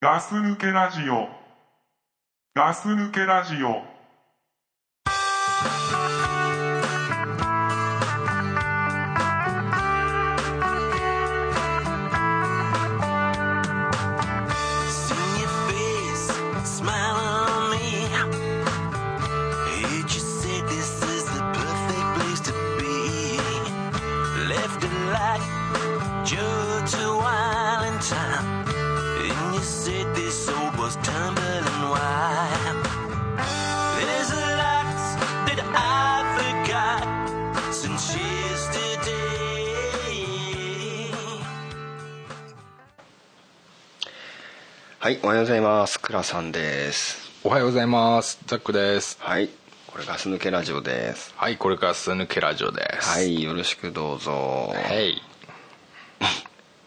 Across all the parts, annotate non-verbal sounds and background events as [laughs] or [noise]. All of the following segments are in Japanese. ガス抜けラジオ。ガス抜けラジオ。 Sing your face, smile on me. Heard you say this is the perfect place to be. Left a light, just a while in time. And you said this old was tumbling wide. There's a lot that I forgot since yesterday. はい、おはようございます。倉さんです。おはようございますザックですはい、これガス抜けラジオです。はいこれからすぬけラジオですはい、よろしくどうぞ。ヘイ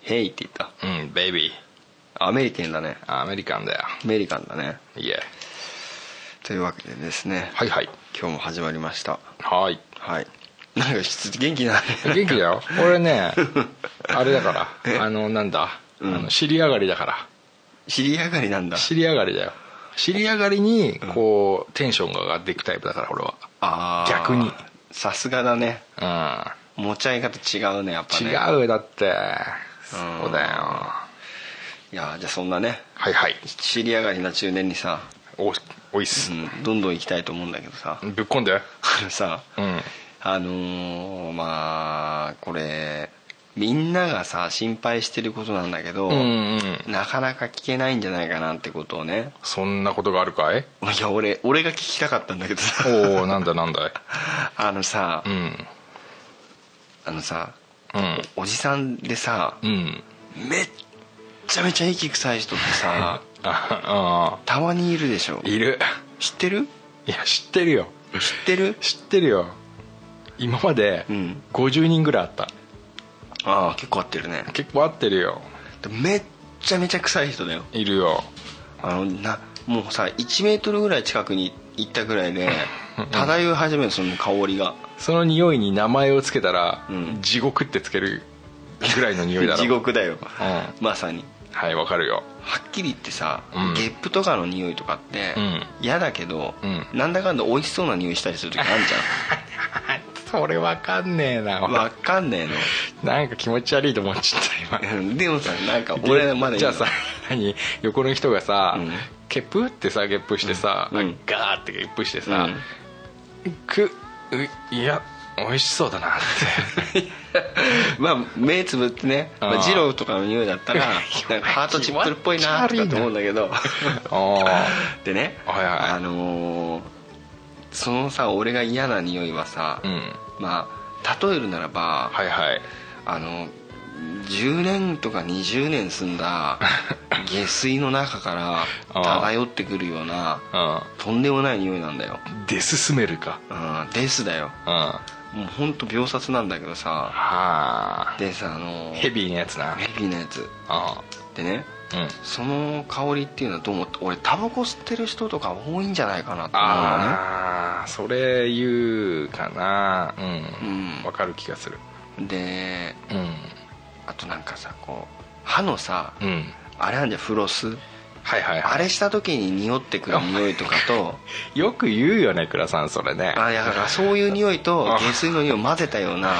ヘイって言った。うんベイビーアメリケンだね。アメリカンだよアメリカンだね。イエというわけでですね、はいはい今日も始まりました。はいはい。なんかちょっと元気ない。元気だ [laughs] よ俺ねあれだからあのなんだ、あの尻上がりだか [laughs] 尻上がりなんだら。尻上がりだよ尻上がりにこう、テンションが上がっていくタイプだから俺あー逆に。さすがだね。は持ち上げ方違うね、やっぱうんね。違うだってそうだよいやー、じゃあそんなね、はいはい尻上がりな中年にさ、おおいっすう、ん、どんどん行きたいと思うんだけどさ、ぶっこんであのさ、うんあのーまあこれみんながさ心配してることなんだけど、うんうんなかなか聞けないんじゃないかなってことをねそんなことがあるかいいや俺俺が聞きたかったんだけどさおおなんだなんだい [laughs] あのさ、うんあのさうんおじさんでさうんめっちゃめちゃ息臭い人って [laughs] さああたまにいるでしょいる知ってるいや知ってるよ知ってる知ってるよ今までうん50人ぐらいあったああ結構合ってるね結構合ってるよめっちゃめちゃ臭い人だよいるよあのなもうさ1メートルぐらい近くに行ったぐらいで漂い始めるその香りがその匂いに名前をつけたら、うん地獄ってつけるぐらいの匂いだろ [laughs] 地獄だよ、うまさにはいわかるよはっきり言ってさ、うんゲップとかの匂いとかってうん嫌だけど、うんなんだかんだ美味しそうな匂いしたりする時あるじそれわかんねえな、 [laughs] ゃんわかんねなんか気持ち悪いと思っちゃったえ今のうんでもさなんか [laughs] 俺まだじゃあさ何横の人がさ、うんゲップってさゲップしてさ、うんうんガーってゲップしてさ [laughs] さ、くういや美味しそうだなって [laughs] まあ目つぶってね、まああ、ージローとかの匂いだった [laughs] らなんかハートチップルっぽいなとかと思うんだけどあ [laughs] でね、はいはいあのーそのさ俺が嫌な匂いはさ、うんまあ例えるならば、はいはいあの10年とか20年住ん [laughs] だ下水の中からあー漂ってくるようなうとんでもない匂いなんだよ、んデススメルかうん、ですだようんはもうほんと秒殺なんだけどさあでさあのーヘビーなやつなヘビーなやつうでねんうんその香りっていうのはどうも俺タバコ吸ってる人とか多いんじゃないかなって思うのねああそれ言うかなううんんわかる気がするでうんあとなんかさこう歯のさ、うんあれなんじゃんフロスはいはいあはれした時に匂ってくる匂いとか [laughs] といよく言うよね倉さんそれねあいやだからそういう匂いとあ下水の匂いを混ぜたような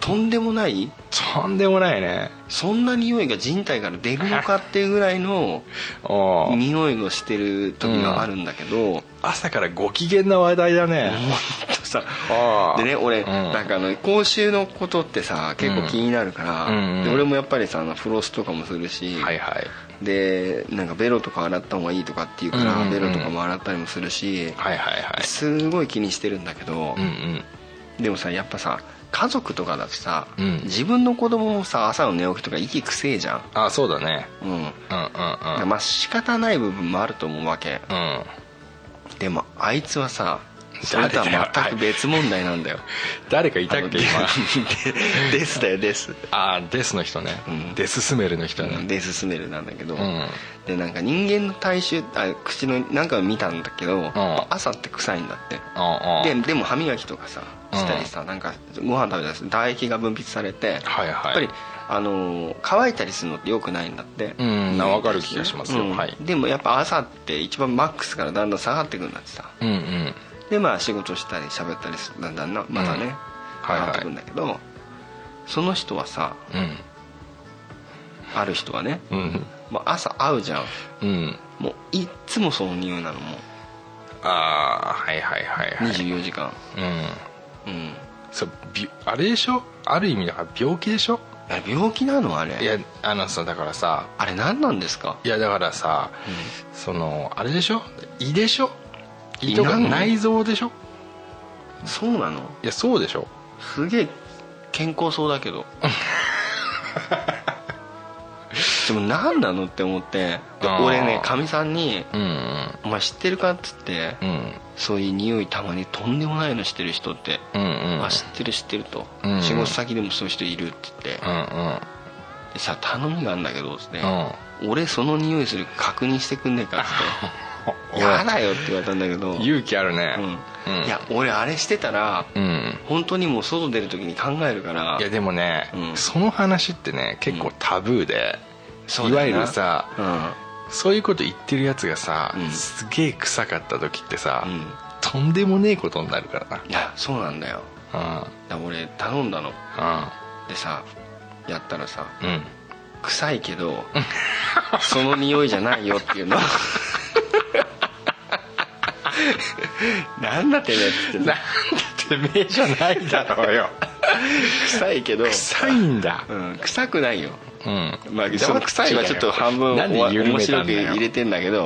とんでもないとんでもないねそんな匂いが人体から出るのかっていうぐらいのおー匂いをしてる時があるんだけど、ほん朝からご機嫌な話題だねとさあーでね俺、うんなんかあの口臭のことってさ結構気になるから、うんうんで俺もやっぱりさあのフロスとかもするし、はいはいでなんかベロとか洗った方がいいとかっていうから、うんうんうんベロとかも洗ったりもするし、はいはいはいすごい気にしてるんだけどう、んでもさやっぱさ家族とかだとさ、うん自分の子供もさ朝の寝起きとか息くせえじゃんあそうだねうん、だうんうんからまあ仕方ない部分もあると思うわけうんうんでもあいつはさそれ誰とだよは全く別問題なんだ [laughs] よ誰かいたっけ今あの [laughs] でですだよですあデスの人ね、うんデススメルの人ねデススメルなんだけど、うんでなんか人間の体臭あ口のなんか見たんだけど、朝って臭いんだってああででも歯磨きとかさしたりさ、なんかご飯食べたりする唾液が分泌されて、はいはいやっぱりあの乾いたりするのってよくないんだってうんなわかる気がしますようんはいでもやっぱ朝って一番マックスからだんだん下がってくるんだってさうんうんでまあ仕事したり喋ったりするだんだんなまたね、うんはい上はがいってくるんだけどその人はさある人はね、うんうんまあ、朝会うじゃんうんもういっつもその匂いなのもああはいはいはいうはい24時間、うんうんそうびあれでしょある意味だから病気でしょあれ病気なのあれいやあのさだからさあれ何なんですかいやだからさ、そのあれでしょ胃でしょ胃とか胃なの内臓でしょそうなのいやそうでしょすげえ健康そうだけど [laughs] でも何なのって思ってであー俺ねかみさんにうん「お前知ってるか?」っつって、うんうんそういう匂いたまにとんでもないのしてる人って、うんうんあ知ってる知ってると、うん仕事先でもそういう人いるって言ってう、んうんでさ頼みがあるんだけどっつって、うん俺その匂いする確認してくんねえかっつっ [laughs] て「やだよ」って言われたんだけど、うん勇気あるねうんいや俺あれしてたらうん本当にもう外出る時に考えるからいやでもね、うんその話ってね結構タブーで、そういだわよゆなるさうんそういうこと言ってるやつがさ、うんすげえ臭かった時ってさ、うんとんでもねえことになるからいやそうなんだよなだから俺頼んだのでさやったらさうんうん臭いけ [laughs] どその匂いじゃないよっていうのなんだてめえっつってさなんだてめえじゃないだろうよ臭いけど、臭いんだうん、臭くないようんまあ、でもその臭いはちょっと半分なんでお緩面めた白んくだよ入れてんだけど、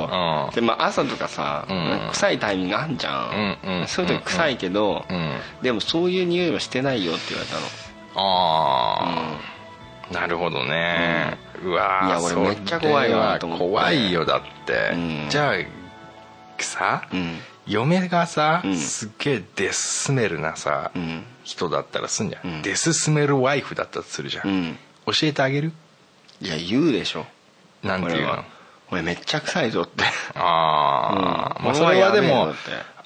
うんでまあ、朝とかさ、うんなんか臭いタイミングあんじゃん、うんうんそういう時臭いけど、うんでもそういう匂いはしてないよって言われたのああ、なるほどね、うわーいや俺それめっちゃ怖いわと思って怖いよだって、うんじゃあさ、うん嫁がさ、うんすっげえデススメルなさ、うん人だったらすんじゃん、うんデススメルワイフだったとするじゃん、うん教えてあげるいや言うでしょなんていう俺のは俺めっちゃ臭いぞって [laughs] ああ、うんまあそれはでこれはやべえもなって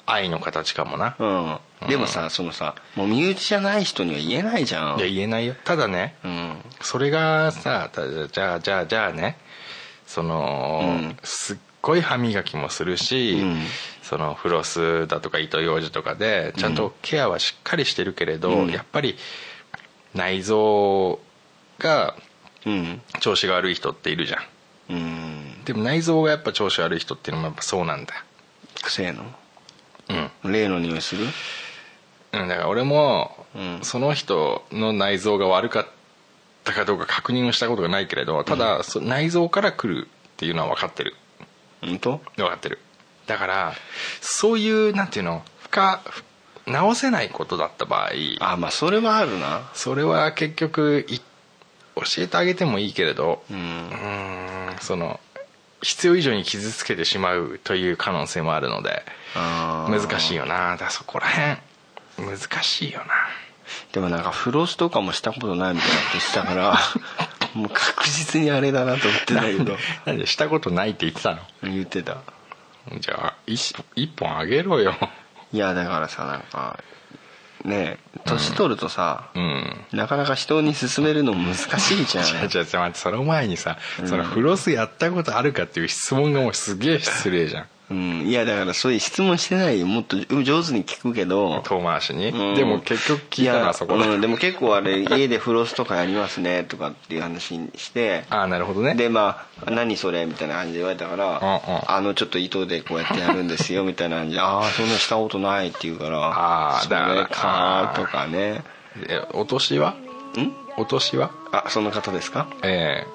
愛の形かもな、うんでもさそのさもう身内じゃない人には言えないじゃんいや言えないよただねうんそれがさたじゃあじゃあじゃあねその、うんすっごい歯磨きもするし、うんそのフロスだとか糸ようじとかでちゃんとケアはしっかりしてるけれど、うんやっぱり内臓がうん調子が悪い人っているじゃんうんでも内臓がやっぱ調子悪い人っていうのもやっぱそうなんだ臭えのうん例の匂いするうんだから俺も、うんその人の内臓が悪かったかどうか確認をしたことがないけれどただ、そ内臓から来るっていうのは分かってる本当分かってるだからそういうなんていうの不可不直せないことだった場合あまあそれはあるなそれは結局い教えてあげてもいいけれどううんーんその必要以上に傷つけてしまうという可能性もあるのであー難しいよなだからそこら辺難しいよなでもなんかフロスとかもしたことないみたいなことしたから [laughs] もう確実にあれだなと思ってたけどなんでしたことないって言ってたの言ってたじゃあ一一本あげろよいやだからさなんかねえ年取るとさ、うんなかなか人に勧めるの難しい [laughs] じゃんじゃあじゃあ待ってその前にさ、そのフロスやったことあるかっていう質問がもうすげえ失礼じゃんうん、いやだからそういう質問してないよもっと上手に聞くけど、遠回しに、うんでも結局聞いたのやはそこだ、うん、でも結構あれ家でフロスとかやりますねとかっていう話にしてああなるほどねでまあ「何それ?」みたいな感じで言われたから「うんうんあのちょっと糸でこうやってやるんですよ」みたいな感じで「ああそんなしたことない」って言うからあーそだかられか」とかねえお年はんお年はあその方ですかえ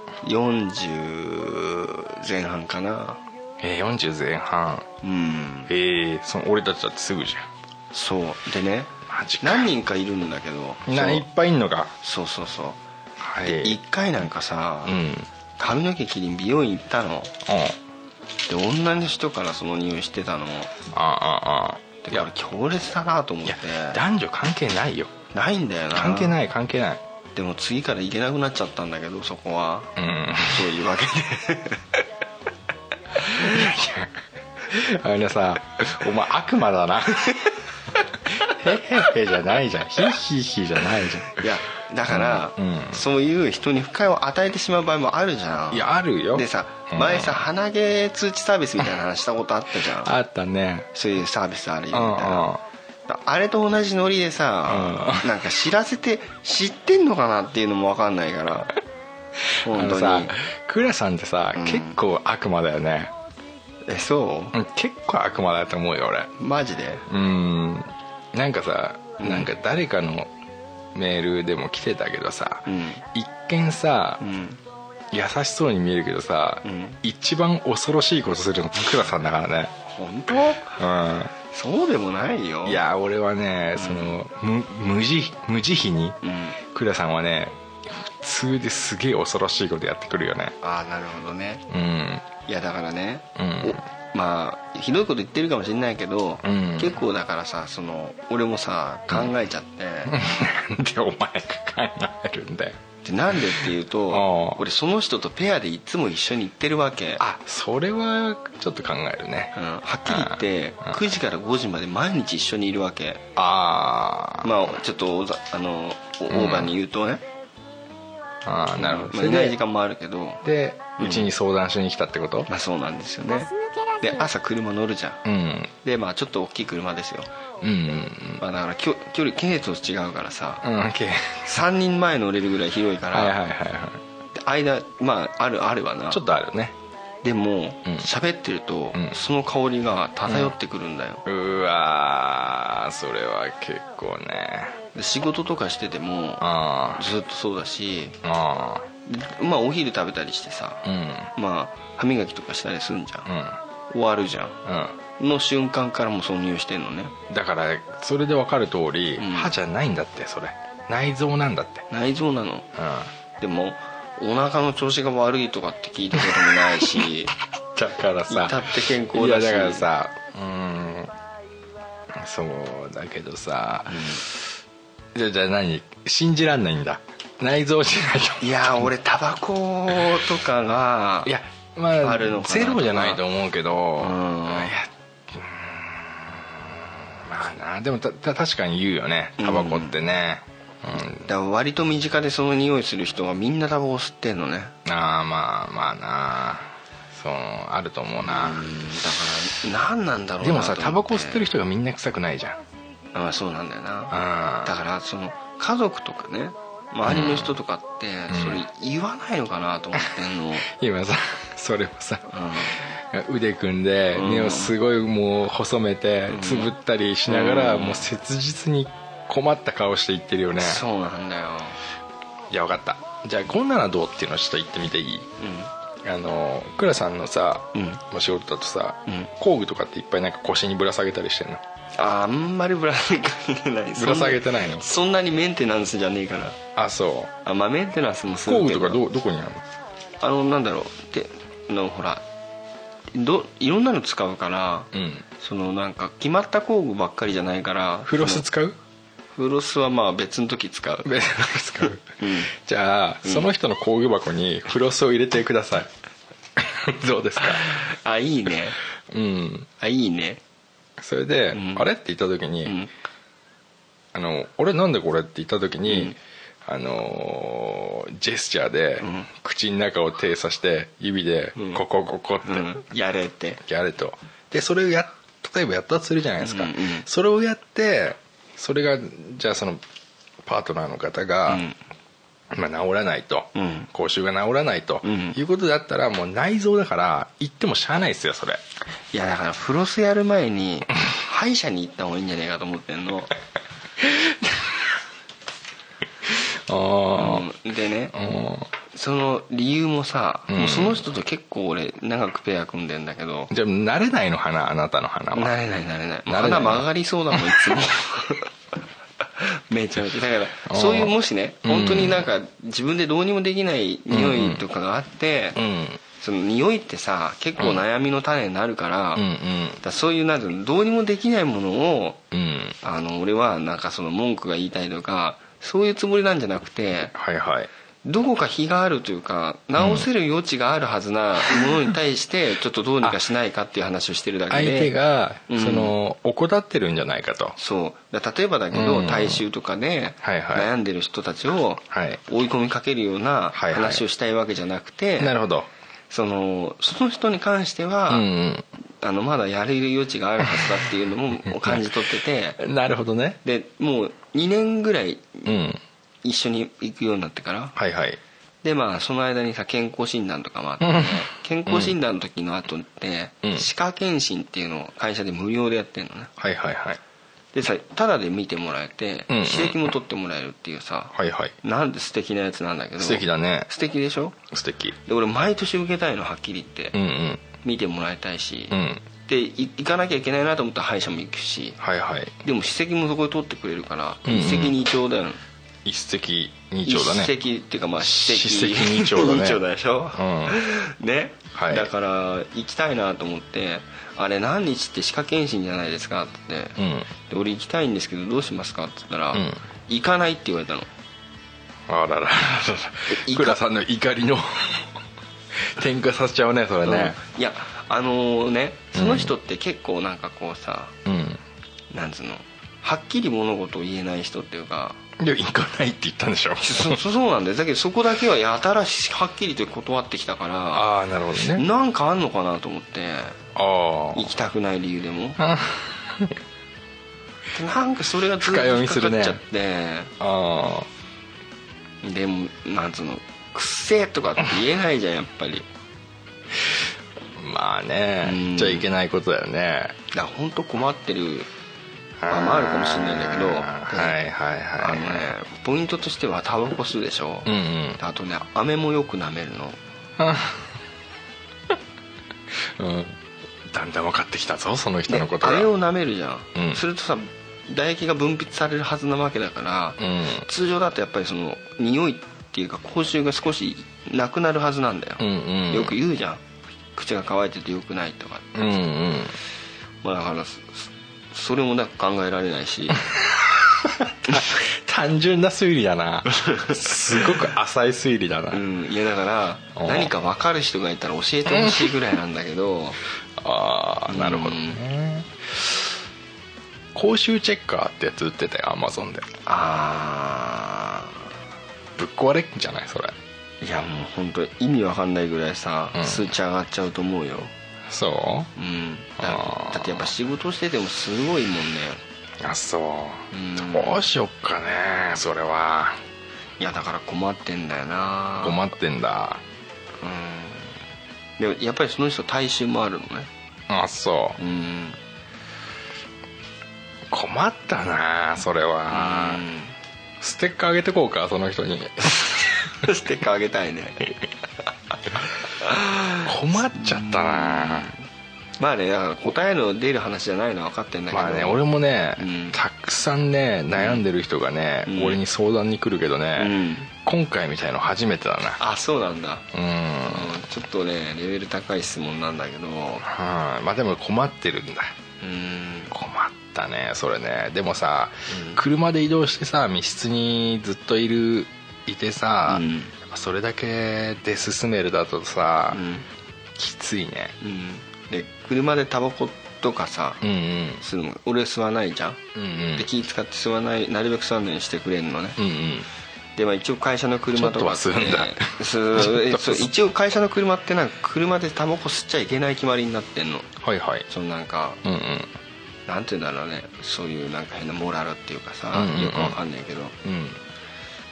40前半かなーえー40前半うんええその俺たちだってすぐじゃそうでねんマジか何人かいるんだけどなそいうっぱいいんのかそうそうそうはでい1回なんかさ、うんうん髪の毛切りに美容院行ったので女の人からその匂いしてたのああああでいこやれ強烈だなと思っいてや男女関係ないよないんだよな関係いない関係ないでも次から行けなくなっちゃったんだけどそこはうんそういうわけで [laughs] あれさお前悪魔 [laughs] だなへへへじゃないじゃんヒッヒッヒじゃないじゃんいやだから、うんそういう人に不快を与えてしまう場合もあるじゃんいやあるよでさうん前さ鼻毛通知サービスみたいな話したことあったじゃんあったねそういうサービスあるうよんみうんたいなあれと同じノリでさなんか知らせて知ってんのかなっていうのも分かんないから [laughs] あ本の当さにクラさんってさ、うん結構悪魔だよね、えそうん、結構悪魔だと思うよ俺うマジでうんなんかさ、うんなんか誰かのメールでも来てたけどさ、うん一見さ、うん優しそうに見えるけどさ、うん一番恐ろしいことするのクラさんだからね本当うそうでもないよんいや俺はねその、む無慈無慈悲にうんクラさんはね普通ですげえ恐ろしいことやってくるよねああなるほどねうんいやだからね [laughs] うんまあひどいこと言ってるかもしれないけど、うん結構だからさその俺もさ考えちゃって、なんでお前が考えるんだよでなんでっていうと [laughs] ああ俺その人とペアでいつも一緒に行ってるわけあそれはちょっと考えるね、うんはっきり言ってうん9時から5時まで毎日一緒にいるわけあーまあちょっとおざあのオーバーに言うとね、あーなるほどまそあ、れいないで時間もあるけどでうんうちに相談しに来たってことまあそうなんですよねで朝車乗るじゃんうんでまあちょっと大きい車ですよ、うんうんまあ、だからきょ距離系統違うからさうん OK 3人前乗れるぐらい広いかはいはいらはいはで間まああるあるわないちょっとあるねでもうん喋ってると、うんその香りが漂ってくるんだよ、うわーそれは結構ねで仕事とかしててもあずっとそうだしああでまあお昼食べたりしてさあ、うんまあ歯磨きとかしたりすんじゃん、う終わるじゃんんの瞬間からもうその匂いしてんのねうんだからそれで分かる通り、ん歯じゃないんだってそれ内臓なんだって内臓なのうんでもお腹の調子が悪いとかって聞いたこともない [laughs] しだからさ至って健康だしいやだからさうんそうだけどさ、じゃじゃあ何信じらんないんだ内臓じゃないといやー俺タバコとかが [laughs] いやまああるのかなゼロじゃないと思うけどうんいやうーんまあなでもたた確かに言うよねタバコってね、うんだから割と身近でその匂いする人がみんなタバコ吸ってんのねああまあまあなそうあると思うな、だから何なんだろうなでもさとタ思バコ吸ってる人がみんな臭くないじゃんあそうなんだよなあだからその家族とかね周りの人とかってそれ言わないのかなと思ってん [laughs] の、うん今さそれをさ腕組んで目をすごいもう細めてつぶったりしながらもう切実に困った顔して言ってるよねそうなんだよいや分かったじゃあこんなのはどうっていうのをちょっと言ってみていいあの倉さんのさ、うんお仕事だとさ、うん工具とかっていっぱいなんか腰にぶら下げたりしてんのああんまりぶら下げ関係ない [laughs] ぶら下げてないのそんなにメンテナンスじゃねえからあそあまあメンテナンスもうす工る具けとどかどうどこにあるのあのなんだろうってあのほらどいろんなの使うから、うんそのなんか決まった工具ばっかりじゃないからフロスその使うフロスはまあ別の時使 [laughs] う別に使ううんじゃあ、その人の工具箱にフロスを入れてくださいどうですか [laughs] あいいねうんあいいねそれで「うんあれ?」って言った時に「うんあの俺なんでこれ?」って言った時に、うんあのージェスチャーで、ん口の中を手さして指でうん「ここここ」ってうんやれってやれとでそれをや例えばやったとするじゃないですか、うんうんそれをやってそれがじゃあそのパートナーの方が、うんまあ、治らないと、うん口臭が治らないと、うんいうことだったらもう内臓だから言ってもしゃあないですよそれいやだからフロスやる前に歯医者に行った方がいいんじゃないかと思ってんの、あうんでねあ、うんその理由もさ、うんもうその人と結構俺長くペア組んでんだけどじゃあ慣れないの花あなたの花はなれないなれないなれな鼻い曲がりそうだもんいつ [laughs] もめちゃめちゃだかあらーそういうもしねうん本当になんか自分でどうにもできない匂いとかがあって、うんその匂いってさ結構悩みの種になるから,、うんだからそういうなんていうのどうにもできないものをうんうんあの俺はなんかその文句が言いたいとかそういうつもりなんじゃなくてはいはいどこか非があるというか直せる余地があるはずなものに対してちょっとどうにかしないかっていう話をしてるだけ相で手がうんその怠ってるんじゃないかとそうだから例えばだけど、うん大衆とかではいはい悩んでる人たちをはい追い込みかけるようなはいはい話をしたいわけじゃなくて、なるほどそのその人に関してうは、んあのまだやれる余地があるはずだっていう [laughs] のも感じ取っててうんなるほどねでもう2年ぐらいうん一緒に行くようになってからはいはいでまあその間にさ健康診断とかもあって、うん健康診断の時の後って、うん歯科検診っていうのを会社で無料でやってるのねはいはいはいでさタダで見てもらえてうんうん歯石も取ってもらえるっていうさ、はいはいなんて素敵なやつなんだけど素敵だね素敵でしょ素敵で俺毎年受けたいのはっきり言って、うんうん見てもらいたいし、うんでい行かなきゃいけないなと思ったら歯医者も行くしはいはいでも歯石もそこで取ってくれるから、うんうん一石二鳥だよ一石二鳥だね一石っていうかまあ歯石歯石二鳥だね二鳥でしょ、うんね、はいだから行きたいなと思って「あれ何日って歯科検診じゃないですか」って言って、うんで俺行きたいんですけどどうしますか?」って言ったら、うん行かない」って言われたのあららららいか倉さんの怒りの転化させちゃうねそれねうんいやあのねその人って結構なんかこうさ、うんなんつうのはっきり物事を言えない人っていうかで行かないって言ったんでしょ [laughs] そそそうなんだよだけどそこだけはやたらしはっきりと断ってきたからああなるほどねなんかあんのかなと思ってあ行きたくない理由でもあ [laughs] なんかそれがずっと深読引みっかすかるねっちゃって、ああでもなんつうの「くっせえ」とかって言えないじゃんやっぱりまあねうん言っちゃいけないことだよねだから本当困ってるまあまああるかもしれないんだけどあーはいはいあのはいねポイントとしてはタバコ吸うでしょ、うんうんあとね飴もよく舐めるのうんだんだん分かってきたぞその人でのことが飴を舐めるじゃん、うんするとさ唾液が分泌されるはずなわけだから、うん通常だとやっぱりその匂いっていうか口臭が少しなくなるはずなんだよ、うんうんよく言うじゃん口が乾いててよくないとか、うんうんまあ、だからそそれもなんか考えられない [laughs] し単純な推理 [laughs] だなすごく浅い推理だな、うんいやだからお何か分かる人がいたら教えてほしいぐらいなんだけど [laughs] ああなるほどね口臭チェッカーってやつ売ってたよアマゾンであぶっ壊れっじゃないそれあいやもう本当意味わかんないぐらいさ、うん数値上がっちゃうと思うよそうんあだーだってやっぱ仕事しててもすごいもんねうあそううんどうしよっかねそれはいやだから困ってんだよな困ってんだでもやっぱりその人体臭もあるのねあそううん困ったなそれはステッカーあげてこうかその [laughs] 人にステッカーあげたいね困っちゃったなまあねだから答えの出る話じゃないのは分かってんだけどまあね俺もね、うんたくさんね悩んでる人がね、うん俺に相談に来るけどね、うん今回みたいの初めてだなあそうなんだ、うんはい、うんちょっとねレベル高い質問なんだけどまあでも困ってるんだうん困ったねそれねでもさ、車で移動してさ密室にずっといるいてさ、うんやっぱそれだけで進めるだとさ、うんきついねうんで車でタバコとかさうんするの俺吸わないじゃんうんうんうんで気使って吸わないなるべく吸わないようにしてくれんのねうんうんでまあ一応会社の車とかってちょっとは吸うんだ吸う [laughs] ちょっとそう一応会社の車ってなんか車でタバコ吸っちゃいけない決まりになってんのはいはいそのなんかうんうんなんて言うんだろうねそういうなんか変なモラルっていうかさ、うんうんうんよくわかんないけど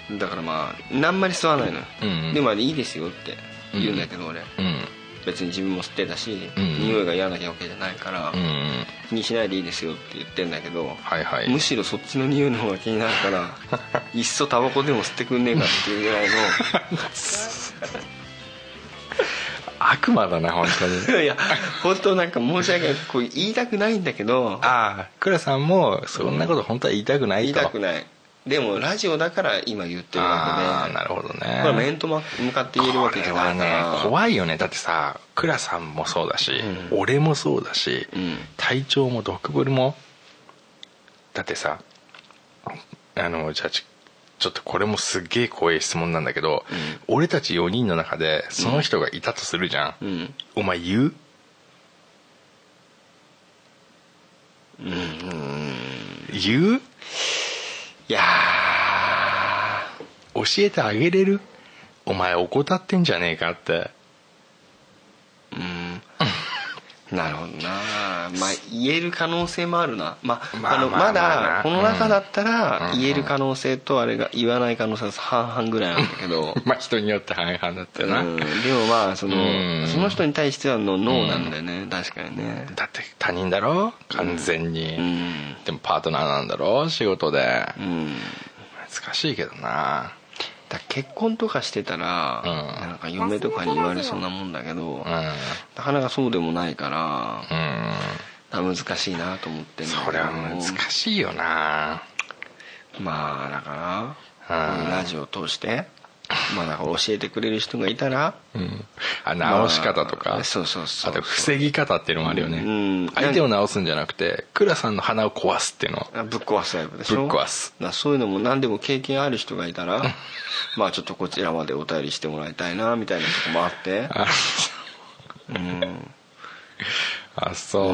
うんだからまああんまり吸わないのよ、うんうんでもあれいいですよって言うんだけど俺、うん別に自分も吸ってたし、うん匂いが嫌なわけじゃないから、うんうん気にしないでいいですよって言ってんだけど、はいはいむしろそっちの匂いの方が気になるから [laughs] いっそタバコでも吸ってくんねえかっていうぐらい悪魔だな本当にの [laughs] いや本当なんか申し訳ないこう言いたくないんだけど [laughs] ああ倉さんもそんなこと本当は言いたくない言いとたくないでもラジオだから今言ってるあわあけでなるほどねこれ面と向かって言えるわけじゃないこかれはらね怖いよねだってさ倉さんもそうだし、うん俺もそうだし、うん体調も毒ぶりもだってさあのじゃあちちょっとこれもすっげえ怖い質問なんだけど、俺たち4人の中でその人がいたとするじゃん、うんお前言う言ういや教えてあげれるお前怠ってんじゃねえかってー [laughs] なるほどなまあ言える可能性もあるなまあ,、まああのままあまあまあだこの中だったらうん言える可能性とあれが言わない可能性が半々ぐらいなんだけ [laughs] どまあ人によって半々だったよな、うんでもまあそのうんその人に対してはのノーなんだよね確かにねだって他人だろ完全に、うんでもパートナーなんだろ仕事でうん難しいけどなだから結婚とかしてたら、うんなんか嫁とかに言われそうなもんだけど、うんなかなかそうでもないからうんだから難しいなと思ってんだけどそれは難しいよなまあだから、うんラジオを通してまあだから教えてくれる人がいたらうんあ直し方とか、まあそうそうそうあと防ぎ方っていうのもあるよね、うん相手を直すんじゃなくて倉さんの鼻を壊すっていうのあぶっ壊すタイプでしょぶっ壊すだからそういうのも何でも経験ある人がいたら [laughs] まあちょっとこちらまでお便りしてもらいたいなみたいなとこもあってあ [laughs] あそう、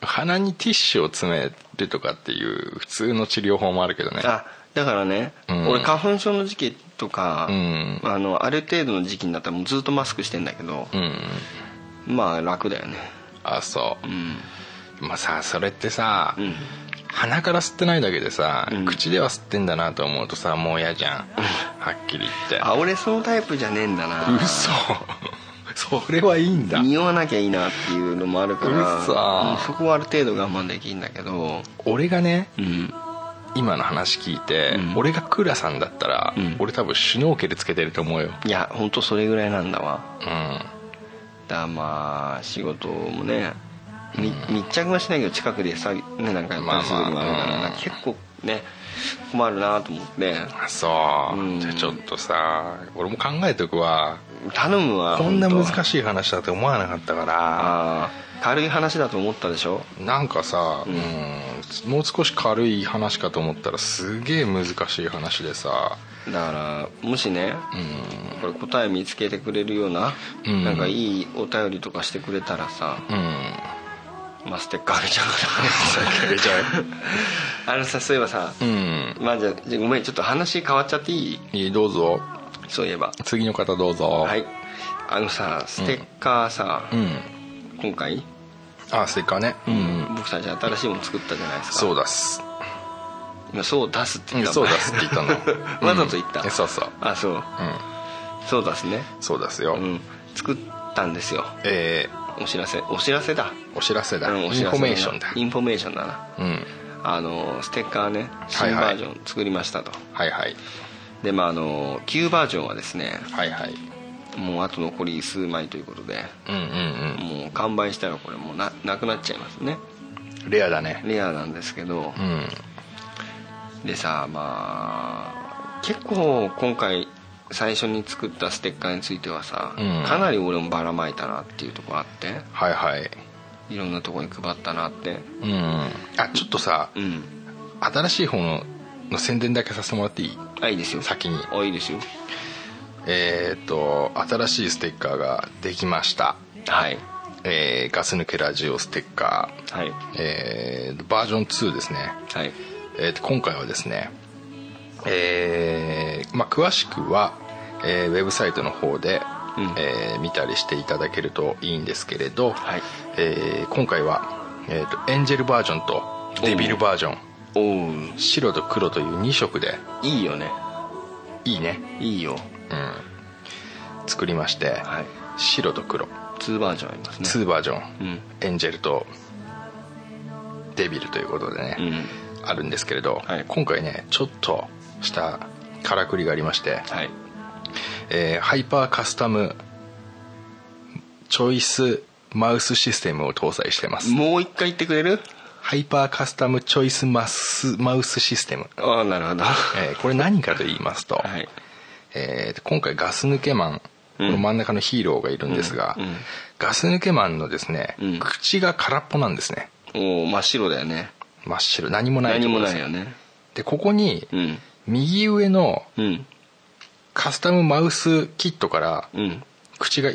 鼻にティッシュを詰めるとかっていう普通の治療法もあるけどねあだからね、うん俺花粉症の時期とか、うんあのある程度の時期になったらもうずっとマスクしてんだけどう、んまあ楽だよねあそう、うんまあさそれってさ、うん鼻から吸ってないだけでさ、うん口では吸ってんだなと思うとさもう嫌じゃんはっきり言ってあ俺そのタイプじゃねえんだな嘘 [laughs] それはいいんだ匂わなきゃいいなっていうのもあるから嘘うんそこはある程度我慢できるんだけど俺がねうん今の話聞いて、うん俺がクラさんだったら、うん俺多分シュノーケルつけてると思うよいや本当それぐらいなんだわうんだからまあ仕事もねみ密着はしないけど近くでさ、ね、なんかやったりするのもあるから、まあまあうん結構ね困るなと思ってあそう、うんじゃあちょっとさ俺も考えとくわ頼むわこんな本当難しい話だって思わなかったからあー軽い話だと思ったでしょなんかさ、うんうんもう少し軽い話かと思ったらすげえ難しい話でさだからもしね、これ答え見つけてくれるような、うんなんかいいお便りとかしてくれたらさ、 [laughs] うんまあ、ステッカーあげちゃうから [laughs] げちゃうあのさそういえばさ、うんまあじゃあじゃあごめんちょっと話変わっちゃっていいいいどうぞそういえば次の方どうぞはいあのさステッカーさ、うん今回あスイカねうん僕たち新しいもの作ったじゃないですかそうだす今そう出すって言ったそうのだすって言ったの [laughs] わざと言った [laughs] うんそうそうあそううんそうだすねそうですよ、うん作ったんですよえお知らせお知らせだーお知らせだ、うんイおン知らせフォメーションだインフォメーションだなうんあのステッカーねはい新はバいージョン作りましたと、はいはいでまああの旧バージョンはですねはいはいもうあと残り数枚ということでうんうんもう完売したらこれもうななくなっちゃいますねうんレアだねレアなんですけどう、んでさまあ結構今回最初に作ったステッカーについてはさ、うんかなり俺もばらまいたなっていうところあってはいはいいろんなところに配ったなってうんあちょっとさうん新しい方のの宣伝だけさせてもらっていいあいいですよ先にあいいですよえーっと新しいステッカーができましたはいえーガス抜けラジオステッカはいー、えーバージョン2ですね、はいえーと今回はですね、えーまあ、詳しくは、えーウェブサイトの方で、うんえー見たりしていただけるといいんですけれど、はいえー今回は、えーとエンジェルバージョンとデビルバージョンおう白と黒という2色でいいよねいいね、いいようん、作りまして、はい白と黒2バージョンありますね2バージョン、うんエンジェルとデビルということでね、うんあるんですけれど、はい今回ねちょっとしたからくりがありまして、はいえーハイパーカスタムチョイスマウスシステムを搭載してますもう一回言ってくれるハイパーカスタムチョイスマスマウスシステム、ああな [laughs] るほどはえーこれ何かと言いますと、いえー今回ガス抜けマンうこんの真ん中のヒーローがいるんですが、うんうんガス抜けマンのですね、うん口が空っぽなんですねおお真っ白だよね真っ白何もない何とこもろでなすいよねでここに、うん右上のうんカスタムマウスキットからうん口が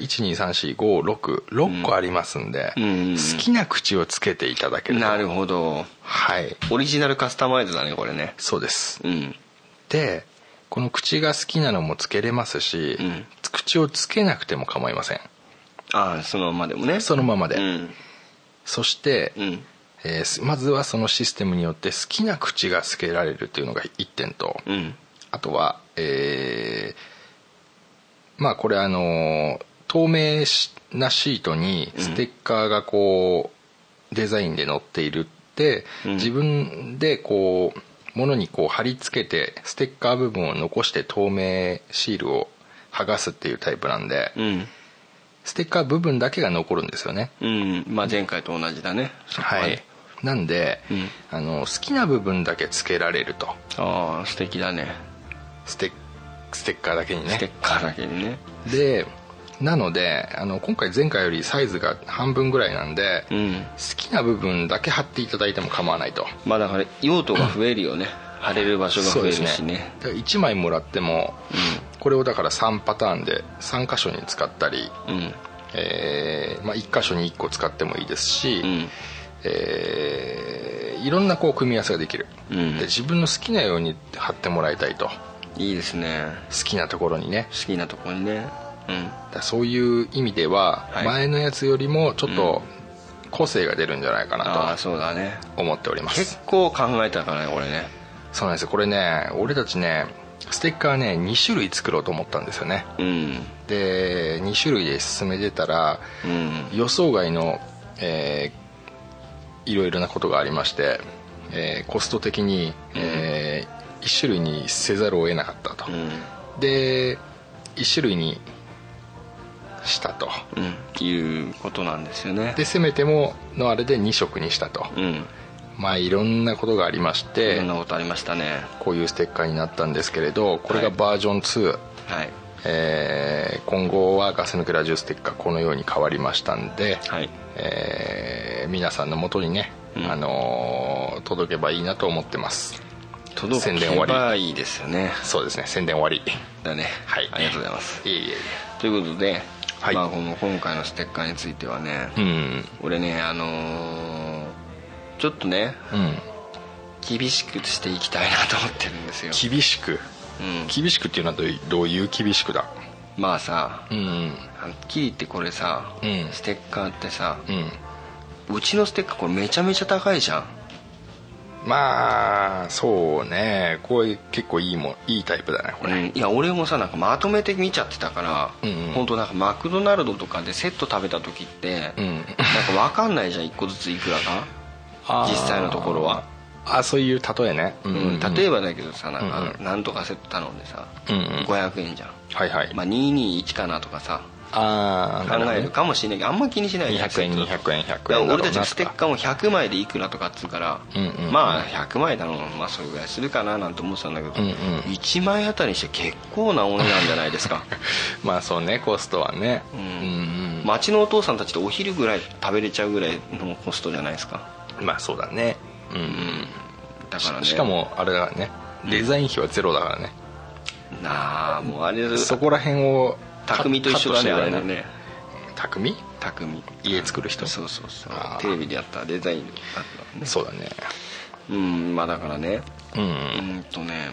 1234566個ありますんで、うんうん好きな口をつけていただければなるほどはいオリジナルカスタマイズだねこれねそうですうんでこの口が好きなのもつけれますし、うん口をつけなくても構いませんああそのままでもねそのままで、うんそして、うんえーすまずはそのシステムによって好きな口がつけられるというのが1点と、うんあとはえーまあこれあのー透明しなシートにステッカーがこう、デザインで載っているって、うん自分でこう物にこう貼り付けてステッカー部分を残して透明シールを剥がすっていうタイプなんで、うんステッカー部分だけが残るんですよねうんまあ前回と同じだねそこはい、なんで、うんあの好きな部分だけつけられるとああ素敵だねステッステッカーだけにねステッカーだけにねでなのであの今回前回よりサイズが半分ぐらいなんで、う好んきな部分だけ貼っていただいても構わないとまあだから用途が増えるよね貼れる場所が増えるしそうですねだから1枚もらっても、これをだから3パターンで3箇所に使ったり、うんえーまあ、1箇所に1個使ってもいいですし、うんえーいろんなこう組み合わせができる、うんで自分の好きなように貼ってもらいたいと好いいですねきなところにね好きなとこにねうんだからそういう意味でははい前のやつよりもちょっと個性が出るんじゃないかあなあそうだねと思っております、結構考えたからねこれねそうなんですよこれね俺たちねステッカーね2種類作ろうと思ったんですよねうんで2種類で進めてたらうん予想外の、えーいろいろなことがありまして、えーコスト的に、え1種類にせざるを得なかったと、うんで1種類にしたとうんいうことなんですよねでせめてものあれで2色にしたと、うんまあいろんなことがありましいろんてなことありましたねこういうステッカーになったんですけれどこれがはいバージョン2、はいえー今後はガス抜けラジオステッカーこのように変わりましたんで、はいえー皆さんのもとにね、うんあのー届けばいいなと思ってます届宣け伝終わばいいですよねそうですね宣伝終わりだねはいありがとうございますいえいえいということで、はいまあ、この今回のステッカーについてはね、えうん俺ねあのーちょっとねうん厳しくしていきたいなと思ってるんですよ、厳しくうん、厳しくっていうのはどういどういう厳しくだまあさうんはっきり言ってこれさ、うんステッカーってさうんうちのステッカーこれめちゃめちゃ高いじゃんまあそうねこれ結構いいもんいいタイプだねこれ、うんいや俺もさなんかまとめて見ちゃってたから、うんうん本当なんかマクドナルドとかでセット食べた時って、うんなんか分かんないじゃん1個ずついくらかあー実際のところは、あそういう例えね、うん例えばだけどさなんか、うんうなんとかセット頼んでさ、うんうん500円じゃん、はいはい、まあ、221かなとかさあ考えるかもしれないけどあんま気にしないじゃん200円セット200円だ100から円だろうな俺たちのステッカーも100枚でいくらとかっつうから、うんうんうんまあ100枚だろうまあそれぐらいするかななんて思ってたんだけど、うんうん1枚あたりにして結構なお値段じゃないですかまあそうねコストはねううんん、うん町のお父さんたちとお昼ぐらい食べれちゃうぐらいのコストじゃないですかまあそうだねうん、だからねししかもあれだねデザイン費はゼロだからね、なあもうあれそこら辺を匠と一緒だねカッあれトしてるかだらね匠匠家作る人そうそうそうあーテレビでやったデザインだったねそうだねうんまあだからねうん、うーんとね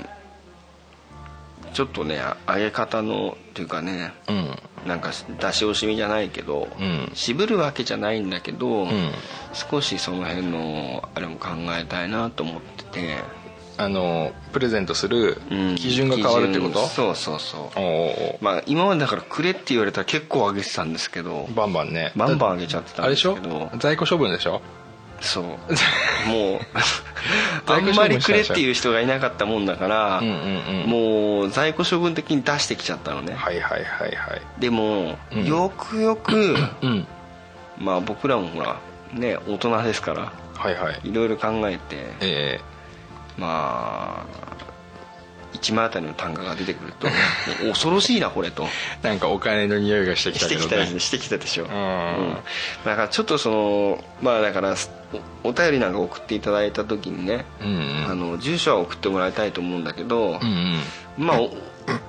ちょっとね揚げ方のっていうかねうんなんか出し惜しみじゃないけど、うん渋るわけじゃないんだけど、ん少しその辺のあれも考えたいなと思ってて、あのプレゼントするうん基準が変わるってこ基と、準そうそうそおうおううまあ今までだからくれって言われたら結構あげてたんですけどバンバンねバンバンあげちゃってたあんでれですしけょど在庫処分でしょ [laughs] そうもうあ在庫処ん分まりくれっていう人がいなかったもんだから、うんうんうんもう在庫処分的に出してきちゃったのね、はいはいはいはいでも、うんよくよくうんまあ僕らもほらね大人ですからはいはいいろいろ考えてえまあ1枚あたりの単価が出てくる [laughs] ともう恐ろしいなこれとなんかお金の匂いがしてきしたけてどきねたですねしてきたでしょ、うんんだからちょっとそのまあだからおお便りなんか送っていただいた時にね、うんうんあの住所は送ってもらいたいと思うんだけど、うんまあお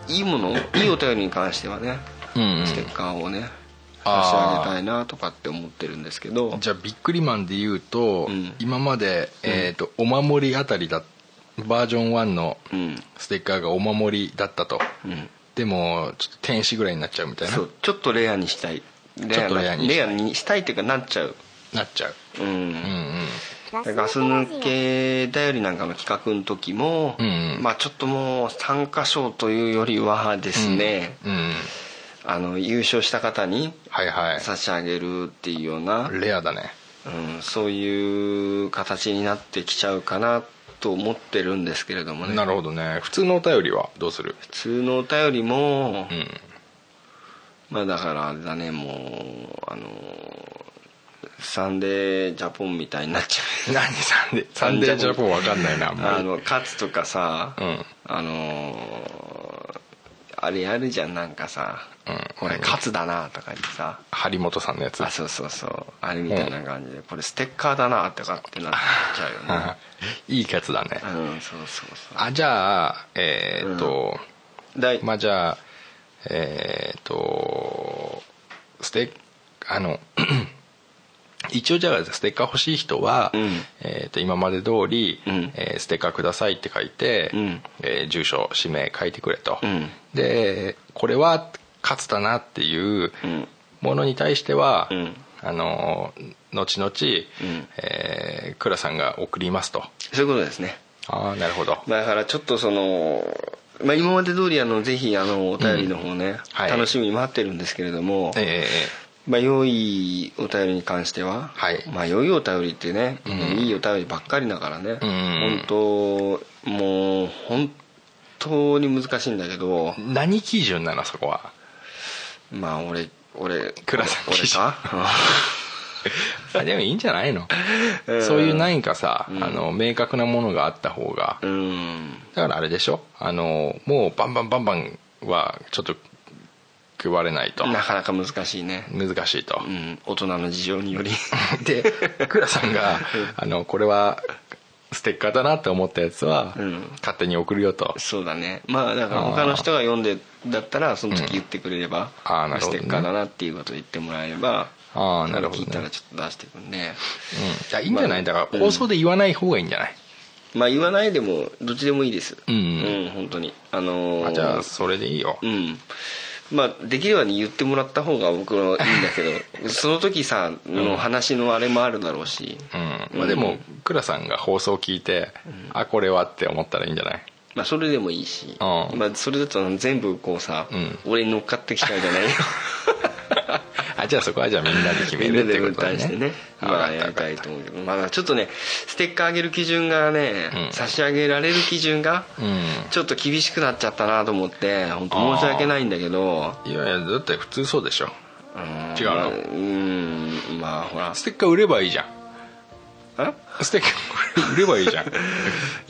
いいものいいお便りに関してはね、うんうんうんステッカーをね差し上あーげたいなとかって思ってるんですけどじゃあビックリマンで言うと、うん今まで、えー、とお守りあたりだバージョン1のうんステッカーがお守りだったと、うんでもちょっと天使ぐらいになっちゃうみたいなそうちょっとレアにしたいレちょアっとレアににしたいレアにしたいっていうかなっちゃうなっちゃううん、うんうんガス抜けだよりなんかの企画の時も、うんうんまあちょっともう参加賞というよりはですね、うんうんあの優勝した方にはいはい差し上げるっていうような、レアだねうん、そういう形になってきちゃうかなと思ってるんですけれどもねなるほどね普通のお便りはどうする普通のお便りも、 [laughs] うんまあだからあれだねもうあのサンデージャポンみたいになっちゃう何サンデーサンデージャポンわかんないなあんまありのカツとかさ、うんあのーあれやるじゃんなんかさ「うんこれカツだな」とか言ってさ張本さんのやつあそうそうそうあれみたいな感じで、これステッカーだなとかってなっちゃうよ [laughs] ねいいケツだねうんそうそうそあじゃあえーっと、うだいまあじゃあえーっとステッあの [coughs] 一応じゃあステッカー欲しい人は、うんえーっと今まで通り、うんえーステッカーください」って書いて、うんえー住所氏名書いてくれと、うんでこれは勝つだなっていううんものに対しては、うんあの後々、んえー倉さんが送りますとそういうことですねああなるほどだからちょっとその、まあ、今まで通りあのぜひあのお便りの方ね、はい楽しみに待ってるんですけれども、ええええまあ、良いお便りに関しては、はいまあ、良いお便りってね、うんいいお便りばっかりだからね、うん本当もう本当に難しいんだけど何基準なのそこはまあ俺俺倉さん俺か [laughs] あでもいいんじゃないの、うん [laughs] そういう何かさ、うんあの明確なものがあった方がうんだからあれでしょあのもうバンバンバンバンはちょっと配れないとなかなか難しいね、難しいとう、ん、大人の事情に [laughs] よりで倉さんがあのこれはステッカーだなって思ったやつは、うん勝手に送るよとそうだねまあだから他の人が読んでだったらその時言ってくれれば、うんあーなるほどねステッカーだなっていうことを言ってもらえればあーなるほどね聞いたらちょっと出していくんでうん、いやいいんじゃないだからうん放送で言わない方がいいんじゃない、まあ言わないでもどっちでもいいですうん本当にあのーあじゃあそれでいいよ、うんまあできればに言ってもらった方が僕はいいんだけど [laughs] その時さの話のあれもあるだろうし、うんまあ、でも倉さんが放送聞いて、あこれはって思ったらいいんじゃないまあそれでもいいし、うんまあそれだと全部こうさ、うん俺に乗っかってきちゃうじ [laughs] ゃないよあじゃあそこはじゃあみんなで決めるってことだみんなで分担してねねあまあ分かやっりたたいと思うけどまあちょっとねステッカーあげる基準がね、うん差し上げられる基準がうんちょっと厳しくなっちゃったなと思って本当申し訳ないんだけどいやいやだって普通そうでしょ違うまあのうーんまあほらステッカー売ればいいじゃんあステッカー売ればいいじゃんい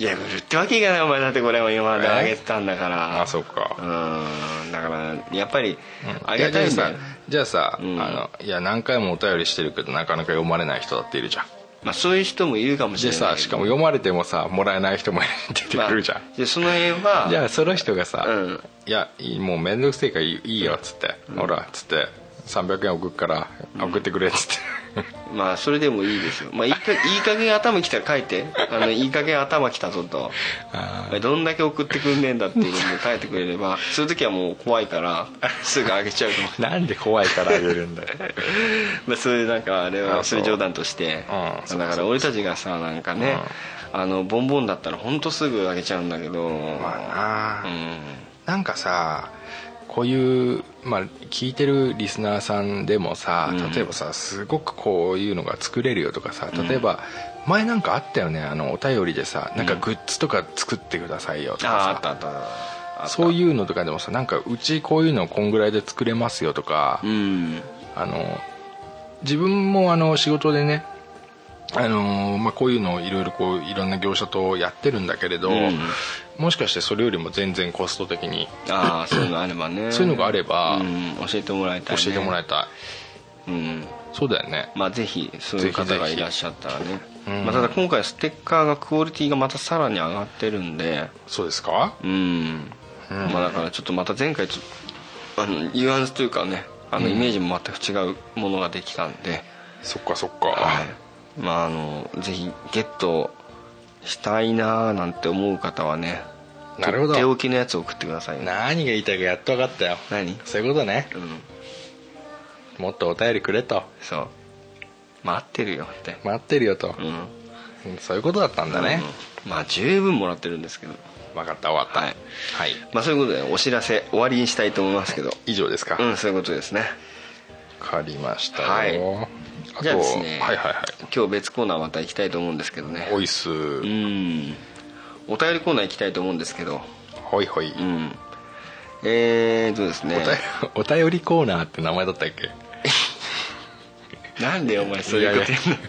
や売るってわけがないお前だってこれも今まであげてたんだからあそううかーんだからやっぱりあげいたやいんじゃだあよさじゃあさ、うんあのいや何回もお便りしてるけどなかなか読まれない人だっているじゃんまあそういう人もいるかもしれでないさしかも読まれてもさもらえない人も出てくるじゃん、まあでその辺は [laughs] じゃあその人がさ「うんいやいいもう面倒くせえからいいいいよ」っつって「ほら」っつって「300円送るから送ってくれ」っつって、まあそれでもいいですよ、まあ、いいかいい加減頭きたら書いてあのいい加減頭きたぞと [laughs] あどんだけ送ってくんねえんだっていうのも書いてくれれ [laughs] ばそういう時はもう怖いからすぐあげちゃうかもしれないなんで怖いからあげるんだよまあそういうなんかあれあはそそうれ冗談としてうんそうだから俺たちがさなんかねあのボンボンだったら本当すぐあげちゃうんだけどまあなうんなんかさこういう、まあ、聞いてるリスナーさんでもさうん例えばさすごくこういうのが作れるよとかさ例えば、前なんかあったよねあのお便りでさなんかグッズとか作ってくださいよとかあさあったあったあったそういうのとかでもさなんかうちこういうのこんぐらいで作れますよとか、うんあの自分もあの仕事でねあの、まあ、こういうのをいろいろこういろんな業者とやってるんだけれど、うんもしかしてそれよりも全然コスト的にああそういうのあればねそういうのがあればうん教えてもらいた教い、ね、えてもらいたい、うんそうだよねまあぜひそういう方がいらっしゃったらねうんまあ、ただ今回ステッカーがクオリティがまたさらに上がってるんでそうですかうん、まあだからちょっとまた前回ちょあのニュアンスというかねあのイメージも全く違うものができたんで、そっかそっか、はいまああのぜひゲットしたいなーなんて思う方はねなるほど手置きのやつを送ってくださいね何が言いたいかやっと分かったよ何そういうことねうんもっとお便りくれとそう待ってるよって待ってるよとう、んそういうことだったんだね、うんまあ十分もらってるんですけど分かった終わったはい、はいまあそういうことでお知らせ終わりにしたいと思いますけど以上ですか、うんそういうことですね分かりましたよ、はいあとじゃあですねはいはいは今日別コーナーまた行きたいと思うんですけどねいおいっす、うんお便りコーナー行きたいと思うんですけどほいほい、うんえーとですねお便お便りコーナーって名前だったっけなんでお前そういうこといやいや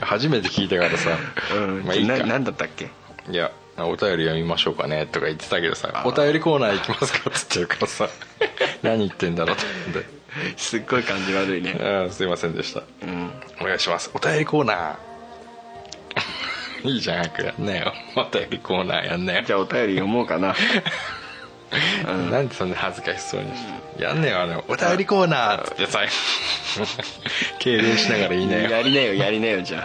[laughs] 初めて聞いたからさ、言うのうんまあいいかななんだったっけいやお便り読みましょうかねとか言ってたけどさあ「お便りコーナー行きますか」っつってるから [laughs] さ何言ってんだろうと思っすっごい感じ悪い [laughs] ねてああすいませんでしたうんお願いしますお便りコーナーいいじゃん早くやんなよお便りコーナーやんなよじゃあお便り読もうかなうんなんでそんな恥ずかしそうにしてやんねよあのお便りコーナーっつってさ敬礼しな [laughs] がら言いなやよりなよやりなよじゃ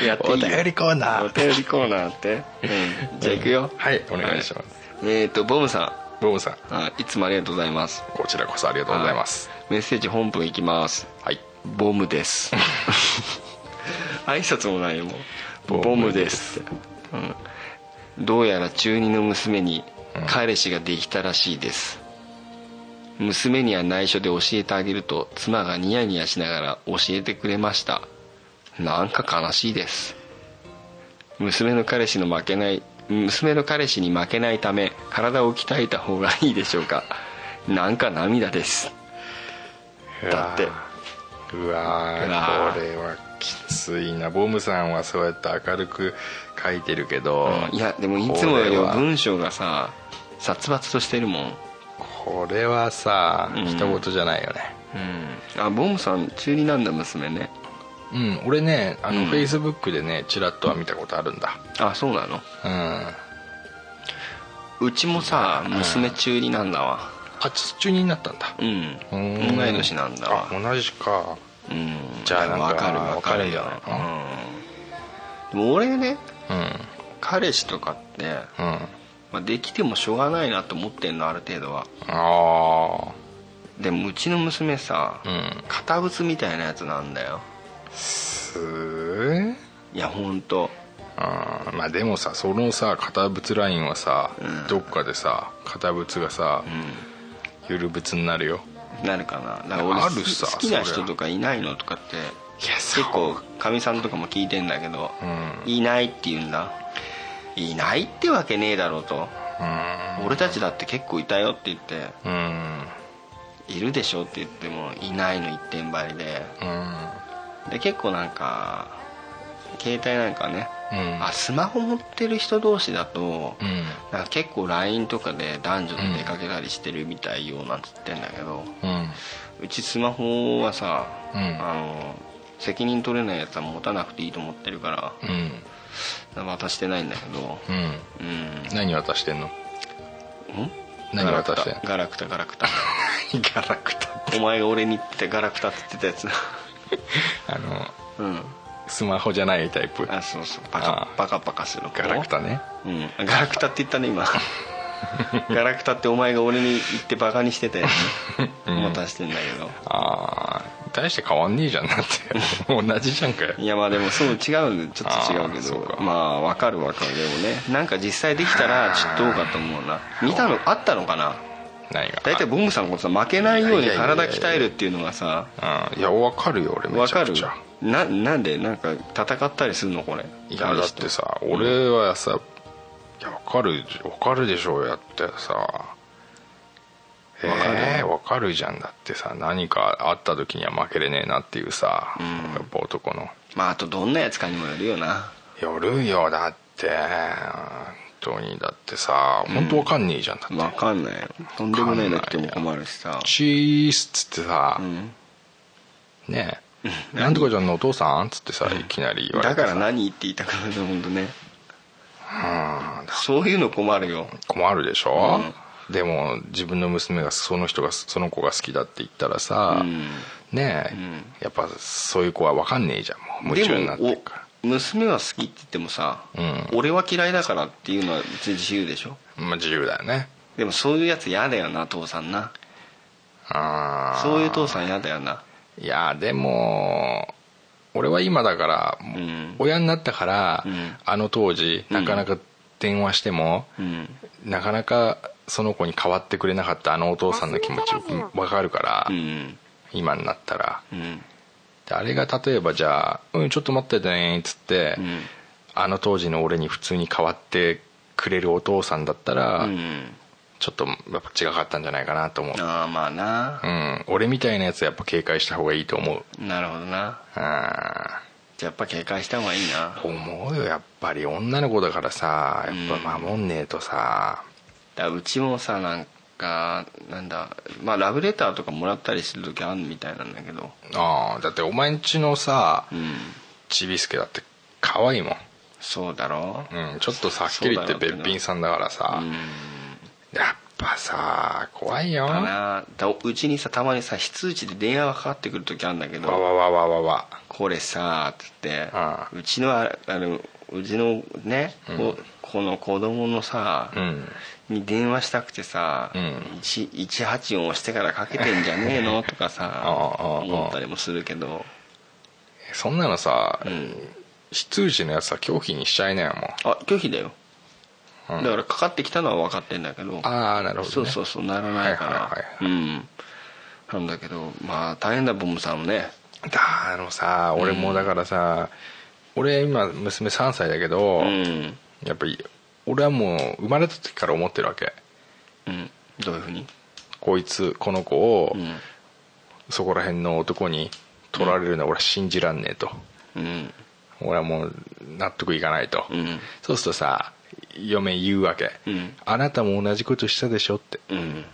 あやっていいお便りコーナおー便りコーナーって、うん、じゃあ行くよはいお願いしますはいえっ、とボムさんボムさんあいつもありがとうございますこちらこそありがとうございますはいメッセージ本文いきますはいボムです [laughs] 挨拶もないよもうボボムムでですうん、どうやら中二の娘に彼氏ができたらしいです、娘には内緒で教えてあげると妻がニヤニヤしながら教えてくれましたなんか悲しいです娘の彼氏の負けない娘の彼氏に負けないため体を鍛えた方がいいでしょうかなんか涙ですだってうわうわーーこれはきついなボムさんはそうやって明るく書いてるけど、いやでもいつもよりこれもは文章がさ殺伐としてるもんこれはさうん一言じゃないよねあボムさん中二なんだ娘ねうん、俺ねあうのんフェイスブックでねチラッとは見たことあるんだあそうなのうんあうちもさ娘中二なんだわち中二になったんだうんうーん同い年なんだわあ同じかうんじゃあなんかわかるわかるよわかるうんでも俺ねうん彼氏とかって、うんあまあ、できてもしょうがないなと思ってんのある程度はあでもうちの娘さ、うん堅物みたいなやつなんだよすーいや本当あーまあでもさそのさ堅物ラインはさ、うんどっかでさ堅物がさ、ゆるぶつになるよなるかなだから俺あるさ好きなそり人ゃとかいないのとかっていや結構かみさんとかも聞いてんだけど、ういないって言うんだいないってわけねえだろうと、うん俺たちだって結構いたよって言ってうんいるでしょって言ってもいないの一点張りでうんで結構なんか携帯なんかね、うんあスマホ持ってる人同士だと、うんなんか結構 LINE とかで男女で出かけたりしてるみたいよなんつってんだけど、うんうちスマホはさ、うんあの責任取れないやつは持たなくていいと思ってるかうんら渡してないんだけどうんうん何渡してんのん何渡してんのガラクタガラクタガラガラクタクタお前が俺に言ってガラクタって言ってたやつだ [laughs] あのうんスマホじゃないタイプあそうそうパあカーパカパカする子ガラクタねうんあガラクタって言ったね [laughs] 今ガラクタってお前が俺に言ってバカにしてたやつ、うん渡してんだけどああ大して変わんねえじゃんだって [laughs] 同じじゃんかよいやまあでもそう違うんでちょっと違うあーけそうどかまあわかるわかるでもねなんか実際できたらちょっとどうかと思うな見たのあったのかな何が大体ボムさんこそ負けないように体鍛えるっていうのがさうんいや分かるよ俺めわちゃかくるちゃななんでなんか戦ったりするのこれいやだってさ俺はさいや分かる分かるでしょうやってさわかるえー分かるじゃんだってさ何かあった時には負けれねえなっていうさ、やっぱ男のまああとどんなやつかにもよるよなよるよだって当にだってさ本当わかんねえじゃん、だってわかんないよとんでもないの来ても困るしさチースっつってさ、んねえなんとかちゃんのお父さんっつってさいきなり言わだれてかさら何って言いたくなると思うんだねうんそういうの困るよ困るでしょ、でも自分の娘がその人がその子が好きだって言ったらさ、うんねえ、やっぱそういう子は分かんねえじゃんもう夢中になってるでかお娘は好きって言ってもさ、うん俺は嫌いだからっていうのは別に自由でしょら、まあ、自由だよねでもそういうやつ嫌だよな父さんなああそういう父さん嫌だよないやでも俺は今だから、ん親になったから、んあの当時なかなか電話しても、うんなかなかその子に変わってくれなかったあのお父さんの気持ち分かるから、うん今になったらうんであれが例えばじゃあ「うんちょっと待っててね」っつって、うんあの当時の俺に普通に変わってくれるお父さんだったら、うんちょっとやっぱ違かったんじゃないかなと思う、ああまあなうん、俺みたいなやつはやっぱ警戒した方がいいと思うなるほどなあじゃあやっぱ警戒した方がいいな思うよやっぱり女の子だからさやっぱ守んねえとさ、だうちもさなんかなんだまあラブレターとかもらったりする時あるみたいなんだけどああだってお前んちのさうんちびすけだって可愛いもんそうだろうん、ちょっとさっきり言ってそうだよべっぴんさんだからさ、やっぱさ怖いよだわなだうちにさたまにさ非通知で電話がかかってくる時あるんだけわどわわわわこれさってああ言ってうちのああのうちのね、ここの子供のさ、うんに電話したくてさ、うん一184を押してからかけてんじゃねえのとかさ [laughs] ああああ思ったりもするけどそんなのさ、ん非通知のやつは狂気にしちゃいなよもうあ拒否だよ、うんだからかかってきたのは分かってんだけどああなるほど、ね、そうそうそうならないから、はいはいうんなんだけどまあ大変だボムさんもねだあのさ俺もだからさ、俺今娘3歳だけど、うん、やっぱり俺はもう生まれた時から思ってるわけうん、どういうふうに、こいつこの子を、うんそこら辺の男に取られるのは俺は信じらんねえと、うん俺はもう納得いかないと、うんそうするとさ嫁言うわけ、うんあなたも同じことしたでしょってうん、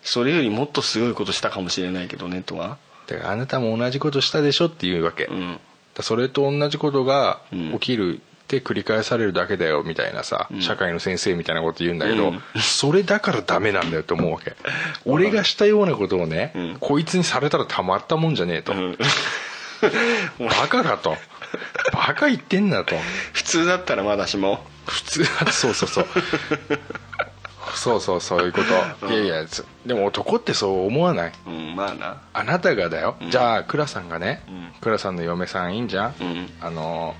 それよりもっとすごいことしたかもしれないけどねとはだからあなたも同じことしたでしょって言うわけ、うだかんらそれと同じことがうん起きるって繰り返されるだけだよみたいなさ、社会の先生みたいなこと言うんだけど、うんそれだからダメなんだよと思 [laughs] うわけ俺がしたようなことをね、うんこいつにされたらたまったもんじゃねえと、うんバカかとバカ言ってんなと普通だったらまだしも普通そうそうそうそうそうそういうこと、いやいやつでも男ってそう思わないうんまあなあなたがだよ、じゃあ倉さんがね、ん倉さんの嫁さんいいんじゃん、うんあの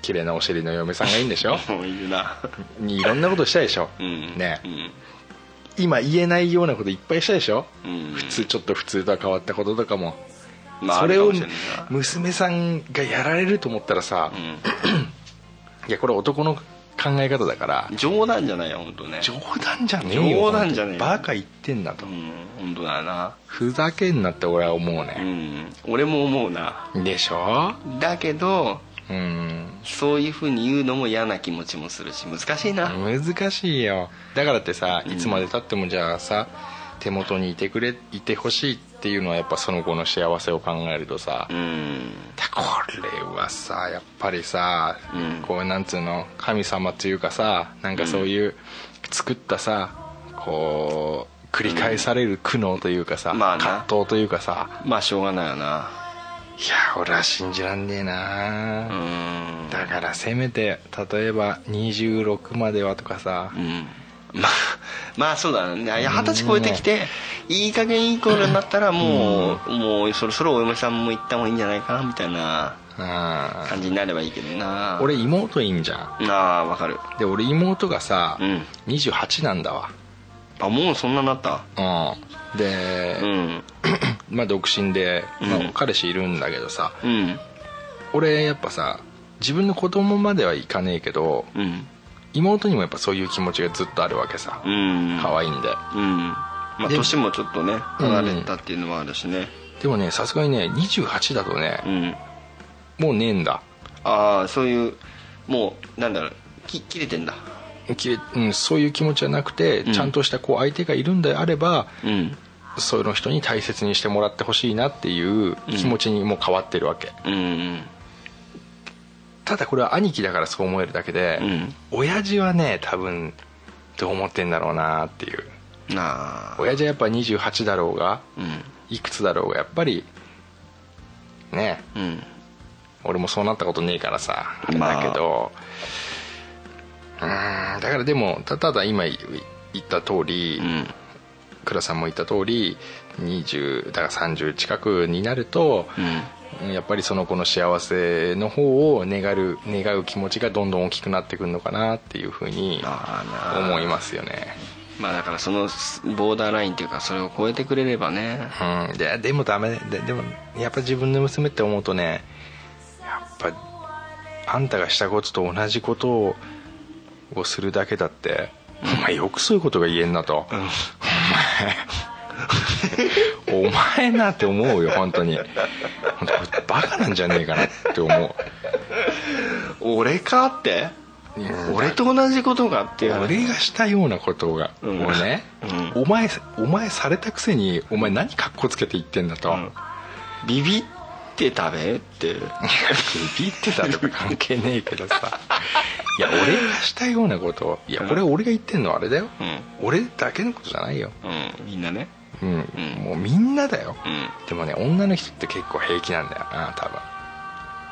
綺麗なお尻の嫁さんがいいんでしょ [laughs] もういるなにいろんなことしたでしょ、うんねうん今言えないようなこといっぱいしたでしょ、うん普通ちょっと普通とは変わったこととかも、まあそれをあるかもしれないな娘さんがやられると思ったらさ、いやこれ男の考え方だからうん冗談じゃないよ本当ね冗談じゃねえよ冗談じゃねえよバカ言ってんなと、うん本当だなふざけんなって俺は思ううね、ん俺も思うなでしょだけどうんそういうふうに言うのも嫌な気持ちもするし難しいな、難しいよだからってさいつまでたってもじゃあさ手元にいてくれいてほしいっていうのはやっぱその子の幸せを考えるとさ、うんこれはさやっぱりさ、うんこうなんつうの神様っていうかさなんかそういう作ったさこう繰り返される苦悩というかさ、まあな葛藤というかさまあしょうがないよないや俺は信じらんねえうな、んだからせめて例えば26まではとかさ、うんまあまあそうだねいや二十歳超えてきていい加減いい頃になったらもう、もうそろそろお嫁さんも行った方がいいんじゃないかなみたいなうん感じになればいいけどな俺妹いいんじゃんああわかるで俺妹がさ、うん28なんだわあもうそんなになったうんうで、んまあ独身で、まあうん彼氏いるんだけどさうん俺やっぱさ自分の子供まではいかねえけどうん妹にもやっぱそういう気持ちがずっとあるわけさ、うん可愛いんでうんまあで年もちょっとね離れたっていうのもあるしねでもねさすがにね28だとねう、んもうねえんだああそういうもうなんだろうき切れてんだきれうん、そういう気持ちじゃなくて、んちゃんとしたこう相手がいるんであればうんその人に大切にしてもらってほしいなっていう気持ちにもう変わってるわけ、うんうんただこれは兄貴だからそう思えるだけで、うん親父はね多分どう思ってんだろうなっていうなあ親父はやっぱ28だろうがうんいくつだろうがやっぱりねうん俺もそうなったことねえからさあれだけど、うーんだからでもたただ今言った通り、うん倉さんも言った通り20だから30近くになると、うんやっぱりその子の幸せの方を願う願う気持ちがどんどん大きくなってくるのかなっていうふうにまあな思いますよね、まあだからそのボーダーラインっていうかそれを超えてくれればねうん、ででもダメででもやっぱ自分の娘って思うとねやっぱあんたがしたことと同じことををするだけだってお前よくそういうことが言えんなと、お前 [laughs] お前なって思うよ本当に本当こいつバカなんじゃねえかなって思俺かってう、俺と同じことかっていう話俺がしたようなことが、うんもうね、お前お前されたくせにお前何かっこつけて言ってんだと、んビビって食べってビビってたとか関係ねえけどさいや俺がしたようなこといやこれ俺が言ってんのはあれだよ、俺だけのことじゃないよ、うんみんなねうんもうみんなだよ、うでもね女の人って結構平気なんだよな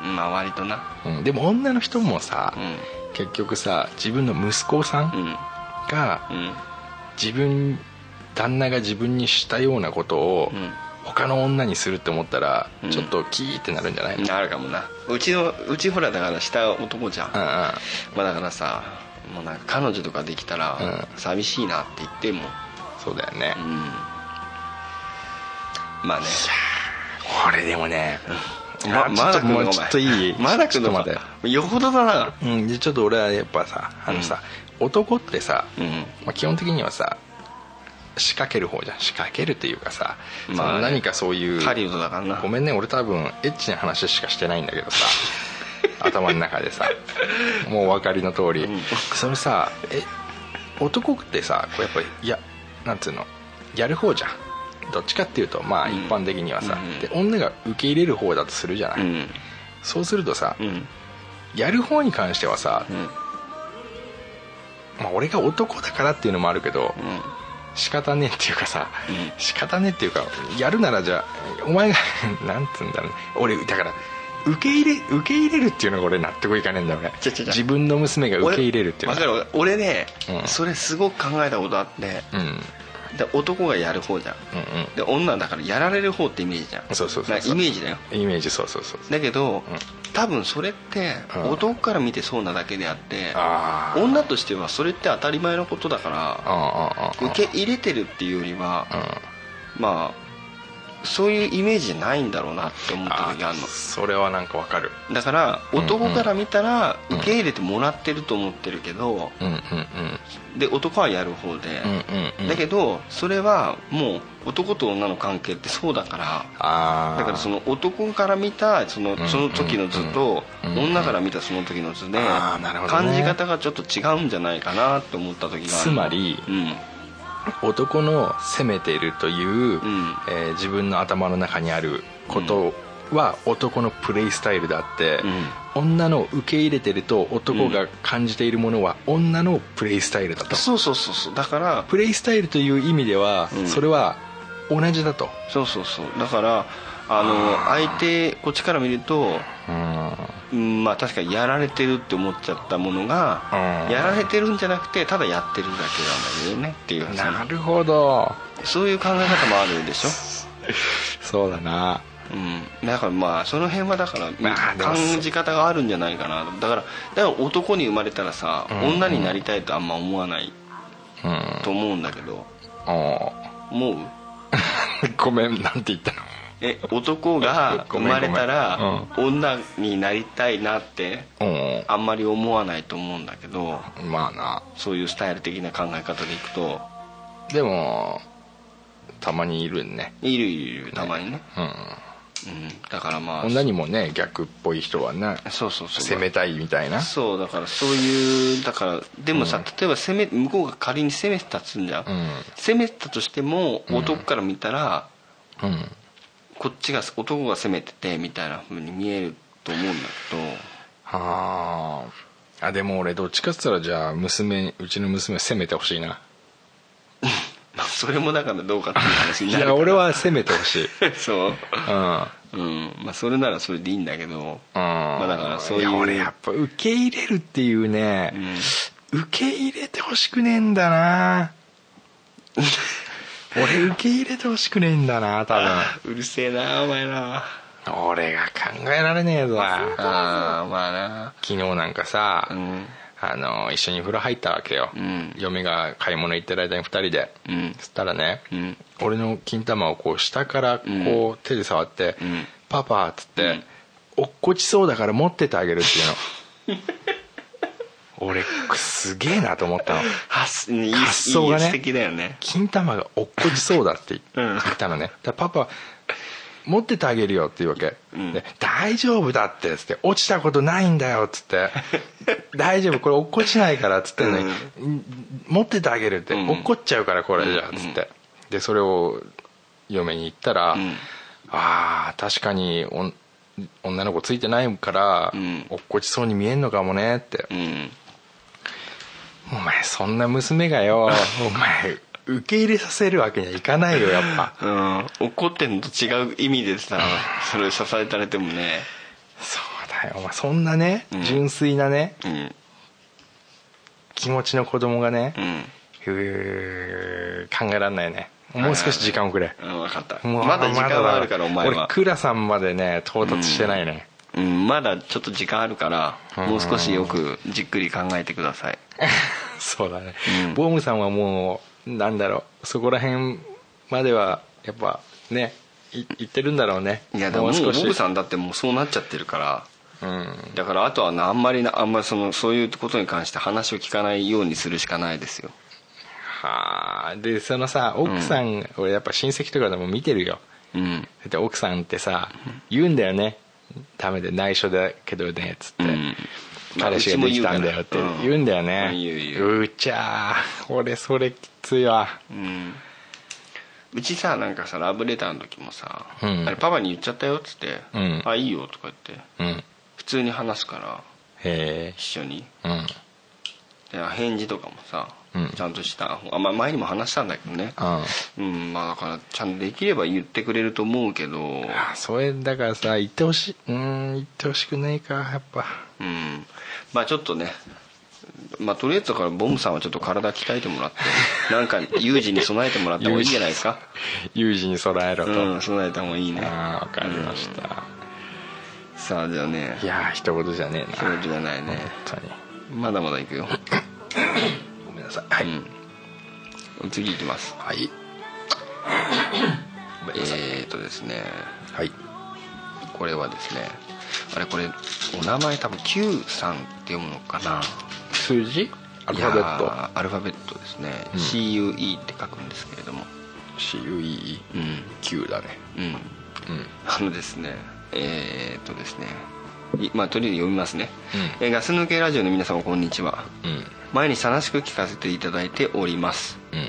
多んまあ割とな分、うん、でも女の人もさ、うん結局さ自分の息子さうんんがうん自分旦那が自分にしたようなことをうん他の女にするって思ったらうんちょっとキーってなるんじゃないの、うんあるかもなうちのうちほらだから下男じゃん、うんまあ、だからさもうなんか彼女とかできたらうん寂しいなって言ってもそうだよね、うんまあねこれでもね、ままだ来んのもうかちょっといいまだ来んのちょっと待かよほどだなてうんでちょっと俺はやっぱさあのさ、男ってさ、うんまあ、基本的にはさ仕掛ける方じゃん仕掛けるというかさ、まあそのね何かそういうハリウッドだからなごめんね俺多分エッチな話しかしてないんだけ [laughs] どさ頭の中でさもうお分かりの通り、そのさえ男ってさこうやっぱりいやなんつうのやる方じゃんどっちかっていうとまあうん一般的にはさ、うんで女が受け入れる方だとするじゃない、うんそうするとさ、うんやる方に関してはさ、うんまあ、俺が男だからっていうのもあるけど、うん仕方ねえっていうかさ、うん仕方ねえっていうかやるならじゃあお前が [laughs] なんつうんだろうね俺だから受け入れ受け入れるっていうのが俺納得いかねえんだよねちょちょちょ自分の娘が受け入れるっていうの俺わかる俺ね、うんそれすごく考えたことあってうんうんで男がやる方じゃんで女だからやられる方ってイメージじゃんそうそうそうそうなんかイメージだようんイメージそうそうそうだけど、うん多分それってうん男から見てそうなだけであって、あー女としてはそれって当たり前のことだから、あーあーあー受け入れてるっていうよりは、うんまあそういうイメージじゃないんだろうなって思ったあ時があるーのそれはなんかわかるだからうん男から見たらうん受け入れてもらってると思ってるけど、うんうんうんで男はやる方で、うんうんうんだけどそれはもう男と女の関係ってそうだからああだからその男から見たそのうんその時の図とうんうん女から見たその時の図であーなるほどね感じ方がちょっと違うんじゃないかなって思った時があるつまりうん男の責めているという、んえー自分の頭の中にあることは男のプレイスタイルであって、女の受け入れてると男が感じているものは女のプレイスタイルだと、そうそうそうそうだからプレイスタイルという意味では、うんそれは同じだとそうそうそうだからあの相手こっちから見るとうんうんまあ確かにやられてるって思っちゃったものがうんやられてるんじゃなくてただやってるだけなんだよねっていう話なるほどそういう考え方もあるでしょそうだなうん、だからまあその辺はだからまあでもそう感じ方があるんじゃないかなだからだから男に生まれたらさ、ん女になりたいとあんま思わないうんと思うんだけどお思うー [laughs] ごめんなんて言ったのえ男が生ごめんごまめんれたら、女になりたいなってうあんまり思わないと思うんだけどんまあなそういうスタイル的な考え方でいくとでもたまにいるねいるいるいるたまにねうんうん、だからまあ女にもね逆っぽい人はねそうそうそう攻めたいみたいなそうだからそういうだからでもさ、例えば攻め向こうが仮に攻めてたとすんじゃん、うん攻めてたとしても男から見たら、うんこっちが男が攻めててみたいな風に見えると思うんだはああでも俺どっちかっつったらじゃあ娘うちの娘攻めてほしいなけど、まあ、それもだからどうかっていう話いになるからや俺は攻めてほ [laughs] しい [laughs] そううんうんまあそれならそれでいいんだけどまあだからそういうや俺やっぱ受け入れるっていうね、受け入れてほしくねえんだ [laughs] な俺受け入れてほしくねえんだな多うるせえなお前な分 [laughs] 俺が考えられねえぞああまあな昨日なんかさ、うんあの一緒に風呂入ったわけよ、うん嫁が買い物行ってる間に2人で、うんそしたらね、うん俺の金玉をこう下からこう手で触って「んパパ」っつって、うん落っこちそうだから持っててあげるっていうの [laughs] 俺すげえなと思ったの発いい発想がねいい素敵だよね金玉が落っこちそうだって言うんったのね、だからパパ持っててあげるよって言うわけ、んで大丈夫だってっつって落ちたことないんだよっつって [laughs] 大丈夫これ落っこちないからっつってんのに、持っててあげるって、うん落っこっちゃうからこれじゃっつって、でそれを嫁に言ったら、んあー確かにおん女の子ついてないから、うん落っこちそうに見えんのかもねって、うんお前そんな娘が [laughs] よお前受け入れさせるわけにはいかないよやっぱうん、怒ってんのと違う意味でさそれ支えたれてもねそうだよお前そんなね、うん純粋なねうん気持ちの子供がねう、んうー考えらんないねもう少し時間をくれうん分かったもうまだ時間はあるからお前俺は、クラさんまでね到達してないね、うん、まだちょっと時間あるからもう少しよくじっくり考えてくださいそうだね、うんボームさんはもうなんだろうそこら辺まではやっぱねい言ってるんだろうねいやでももう少しボブさんだってもうそうなっちゃってるからうんだからあとはなあんまりなあんまりそのそういうことに関して話を聞かないようにするしかないですよはあでそのさ奥さん、俺やっぱ親戚とかでも見てるようんだって奥さんってさ言うんだよねダメで内緒だけどねっつって、うん彼氏ができたんだよって言うんだよね、ううん言う言うーちゃー俺それきついわうんうちさなんかさラブレターの時もさ「うんあれパパに言っちゃったよ」っつって「うんあいいよ」とか言ってうんへ普通に話すからえ一緒にうんで返事とかもさ、うんちゃんとしたあ、まあ、前にも話したんだけどねあうんまあだからちゃんとできれば言ってくれると思うけどあそれだからさ言ってほしいうーん言ってほしくないかやっぱうんまあちょっとねまあとりあえずだからボムさんはちょっと体鍛えてもら [laughs] ってなんか有事に備えてもらった方がいいんじゃないですか有事に備えろと、うん備えた方がいいねああわかりました、さあじゃあねいやー一言じゃねえな表情じゃないね本当にまだまだいくよ、ごめんなさいはい、うん、次いきますはいごめんなさい、えーとですねはいこれはですねあれこれお名前多分 Q さんって読むのかな数字アルファベッいやトーアルファベットですね、うん CUE って書くんですけれども CUEQ うんだねうんうんあのですねえー、っとですねいまあとりあえず読みますね、うんえーガス抜けラジオの皆様こんにちはうん毎日楽しく聞かせていただいておりますうん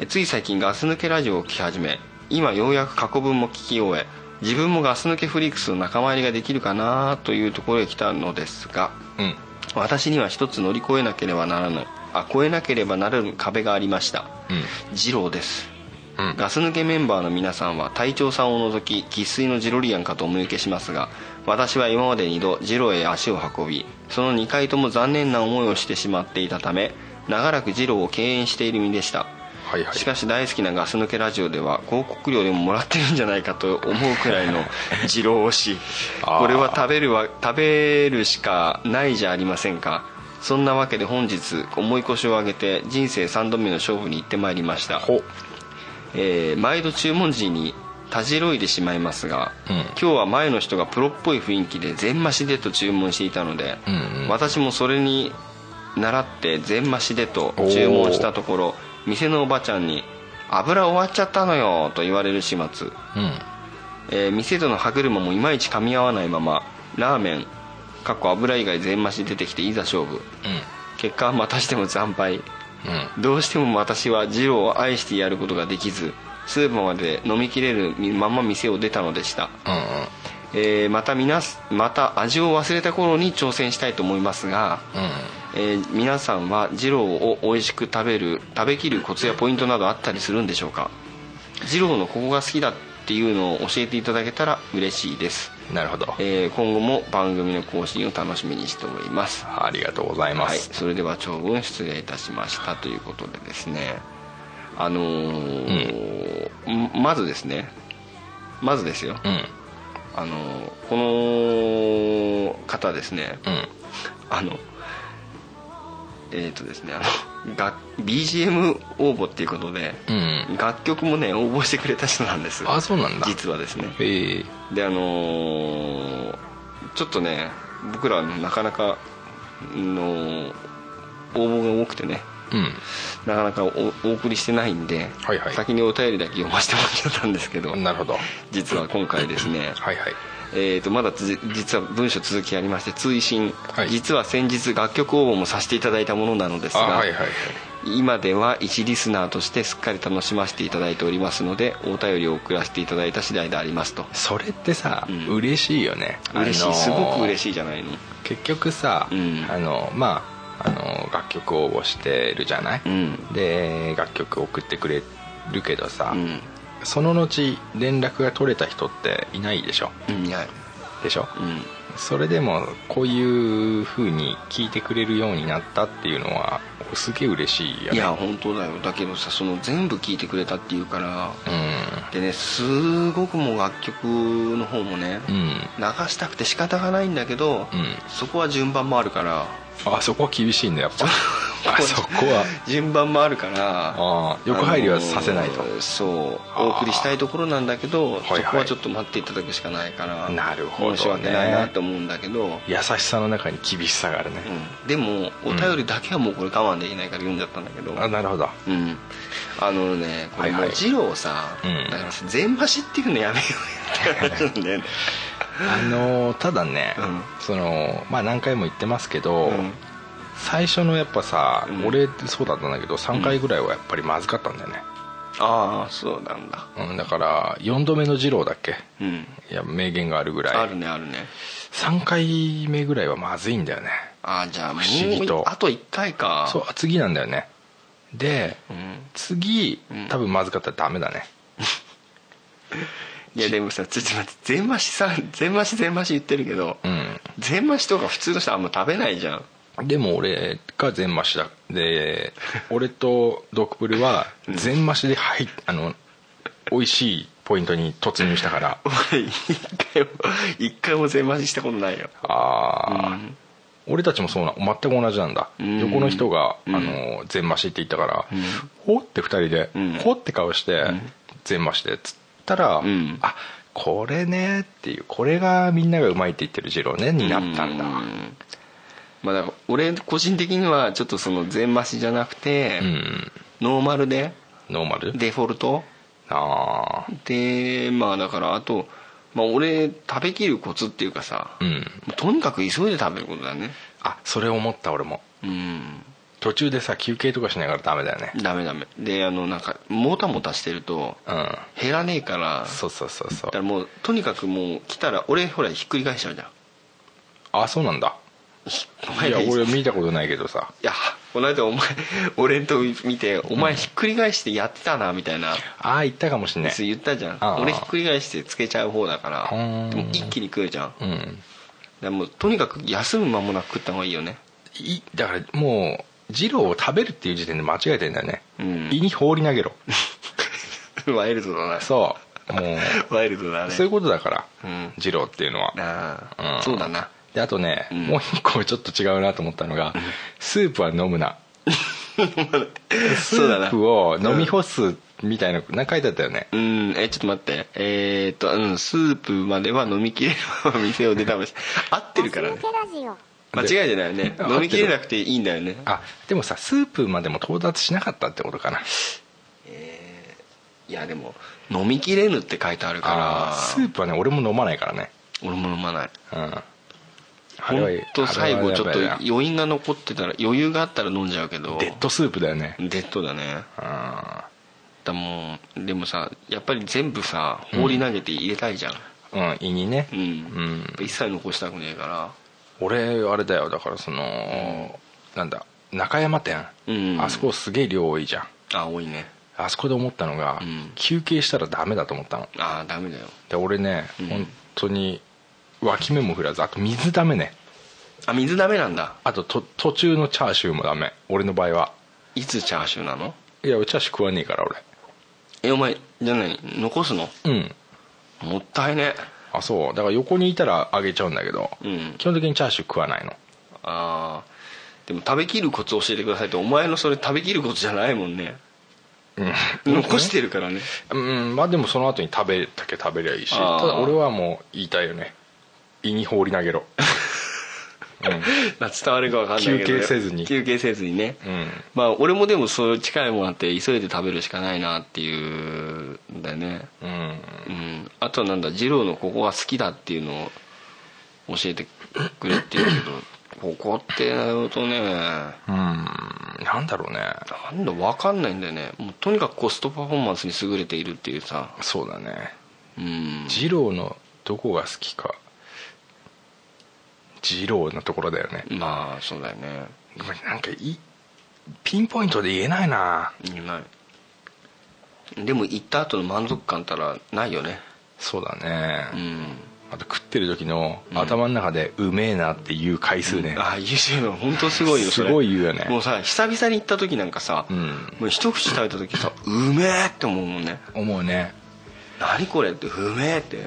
えーつい最近ガス抜けラジオを聞き始め今ようやく過去分も聞き終え自分もガス抜けフリークスの仲間入りができるかなというところへ来たのですがうん私には一つ乗り越えなければならないあ越えなければならぬ壁がありました二郎ですうんうんガス抜けメンバーの皆さんは隊長さんを除き生粋のジロリアンかとお見受けしますが私は今まで2度ジロへ足を運びその2回とも残念な思いをしてしまっていたため長らくジロを敬遠している身でしたはいはいしかし大好きなガス抜けラジオでは広告料でももらってるんじゃないかと思うくらいの二郎推しあーこれは食べるわ食べるしかないじゃありませんかそんなわけで本日重い腰を上げて人生3度目の勝負に行ってまいりましたほえー毎度注文時にたじろいでしまいますが、うん今日は前の人がプロっぽい雰囲気で全増しでと注文していたので、うんうん私もそれに習って全増しでと注文したところ店のおばちゃんに「油終わっちゃったのよ」と言われる始末うんえー店との歯車もいまいち噛み合わないままラーメンかっこ油以外全増し出てきていざ勝負結果はまたしても惨敗うんうんどうしても私は二郎を愛してやることができずスーパーまで飲みきれるまま店を出たのでした、うんえーまた皆すまた味を忘れた頃に挑戦したいと思いますが、うんえー皆さんは二郎を美味しく食べる食べきるコツやポイントなどあったりするんでしょうか二郎のここが好きだっていうのを教えていただけたら嬉しいです、うんなるほどえー今後も番組の更新を楽しみにしておりますありがとうございまはい、すそれでは長文失礼いたしましたということでですねあのーんまずですねまずですよ、うんあのーこの方ですねうんあのえっ、とですねあの楽 BGM 応募っていうことで、うん楽曲もね応募してくれた人なんですあそうなんだ実はですねええであのーちょっとね僕らはなかなかの応募が多くてねうんなかなかおお送りしてないんで、はいはい先にお便りだけ読ませてもらっちゃったんですけどなるほど実は今回ですねはいはいえー、とまだつ実は文章続きありまして追伸、はい実は先日楽曲応募もさせていただいたものなのですあが、はいはいはい今では一リスナーとしてすっかり楽しませていただいておりますのでお便りを送らせていただいた次第でありますとそれってさ、ん嬉しいよね嬉しいすごく嬉しいしいじゃないの結局さ、うんあのまああの楽曲応募してるじゃない、うんで楽曲送ってくれるけどさ、うんその後連絡が取れた人っていないでしょうんいやでしょ、うんそれでもこういう風に聞いてくれるようになったっていうのはすげえ嬉しいよいねや本当だよだけどさその全部聞いてくれたっていうからうでねすごくもう楽曲の方もね、んうん流したくて仕方がないんだけど、うんそこは順番もあるからあそこは厳しいんだやっぱ [laughs] あそこは順番もあるからあー横入りはさせないとあのーそうあーお送りしたいところなんだけどはいはいそこはちょっと待っていただくしかないからなるほどね申し訳ないなと思うんだけど、優しさの中に厳しさがあるね、うん、でもお便りだけはもうこれ我慢できないから読んじゃったんだけど、あなるほどうん、あのねこれはもいうはい二郎さ、うんだからさ全増しっていうのやめようよって話なんだ [laughs] よねあのーただね、うんそのまあ何回も言ってますけど、うん最初のやっぱさ、うん俺ってそうだったんだけど3回ぐらいはやっぱりまずかったんだよね、ああそうなんだうん、だから4度目の二郎だっけうんいや名言があるぐあらいるねあるね3回目ぐらいはまずいんだよねああじゃあもう不思議とあと1回かそう次なんだよねでうん次うん多分まずかったらダメだね、いやでもさちょっと待って全増しさ全増し全増し言ってるけど、う全増しとか普通の人あんま食べないじゃんん、でも俺が全増しだ [laughs] で俺とドクプルは全増しで入っあの美味しいポイントに突入したから俺一回も一回も全増ししたことないよああ、俺たちもそうな全く同じなんだ、うん横の人が、うんあの全増しって言ったから、ほって2人で、うんほって顔して、全増しでっつったら、んあこれねっていうこれがみんながうまいって言ってる二郎ねになったんだうまあだから俺個人的にはちょっとその全増しじゃなくて、うんノーマルでノーマルデフォルトああでまあだからあと、まあ、俺食べきるコツっていうかさ、うんとにかく急いで食べることだねあそれ思った俺もうん途中でさ休憩とかしながらダメだよねダメダメであのなんかもたもたしてるとうん減らねえからそうそうそうそだからうもうとにかくもう来たら俺ほらひっくり返しちゃうじゃんあそうなんだおい前やが俺い見たことないけどさやこの間お前俺んとこ見て「お前ひっくり返してやってたな」みたいな、ああ言ったかもしんない言ったじゃんああ俺ひっくり返してつけちゃう方だからうでんも一気に食うじゃんだかうんらもうとにかく休む間もなく食った方がいいよねいだからもう二郎を食べるっていう時点で間違えてんだよね、うん胃に放り投げろ [laughs] ワイルドだなそうもワイルドだうねそういうことだから、うん二郎っていうのは、あうあんそうだなであとね、んもう一個ちょっと違うなと思ったのがスープは飲むなスそうだなープを飲み干すみたいななんか書いてあったよね、うんえちょっと待ってえーっとうんスープまでは飲みきれるまま店を出 [laughs] たまし合ってるからね間違いじゃないよねで飲みきれなくていいんだよねあでもさスープまでも到達しなかったってことかないやでも「飲みきれぬ」って書いてあるあースかープはね俺も飲まないからねら俺も飲まないうんあれは本当最後ちょっとあれはやばいな余韻が残ってたら余裕があったら飲んじゃうけどデッドスープだよねデッドだねうんだもうでもさやっぱり全部さ放り投げて入れたいじゃんうん胃にねうん、うんやっぱ一切残したくねえか俺あれだよだからその、なんだ中山店、うんあそこすげえ量多いじゃんらあ多いねあそこで思ったのが、うん休憩したらダメだと思ったのああダメだよで俺ね、うん本当に脇目も振らずあと水ダメねあ水ダメなんだあとと途中のチャーシューもダメ俺の場合はいつチャーシューなのいやチャーシュー食わねえからえお前じゃあ何残すの俺うんもったいねあそうだから横にいたらあげちゃうんだけど、うん基本的にチャーシュー食わないのああでも食べきるコツ教えてくださいってお前のそれ食べきるコツじゃないもんね残してる [laughs] からねうんまあでもその後に食べたけ食べりゃいいしあーただ俺はもう言いたいよね胃に放り投 [laughs] げろまあ伝わるか分かんないけどね休憩せずに休憩せずにね、んまあ俺もでもそういう近いもんあって急いで食べるしかないなっていうんだよねうん、うん、うんあとなんだ二郎のここが好きだっていうのを教えてくれって言うけど [coughs] ここってなるとねうんなんだろうねなんだ分かんないんだよねもうとにかくコストパフォーマンスに優れているっていうさそうだねうん二郎のどこが好きか二郎のところだよねまあそうだよねごめんなんかいピンポイントで言えないな言えないでも行った後の満足感たらないよねそうだね、うんあと食ってる時の頭の中でうめえなっていう回数ね、ああ YouTube の本当すごいよそれすごい言うよねもうさ久々に行った時なんかさ、うんもう一口食べた時さ「うめえ!」って思うもんね思うね「何これ?」って「うめえ!」って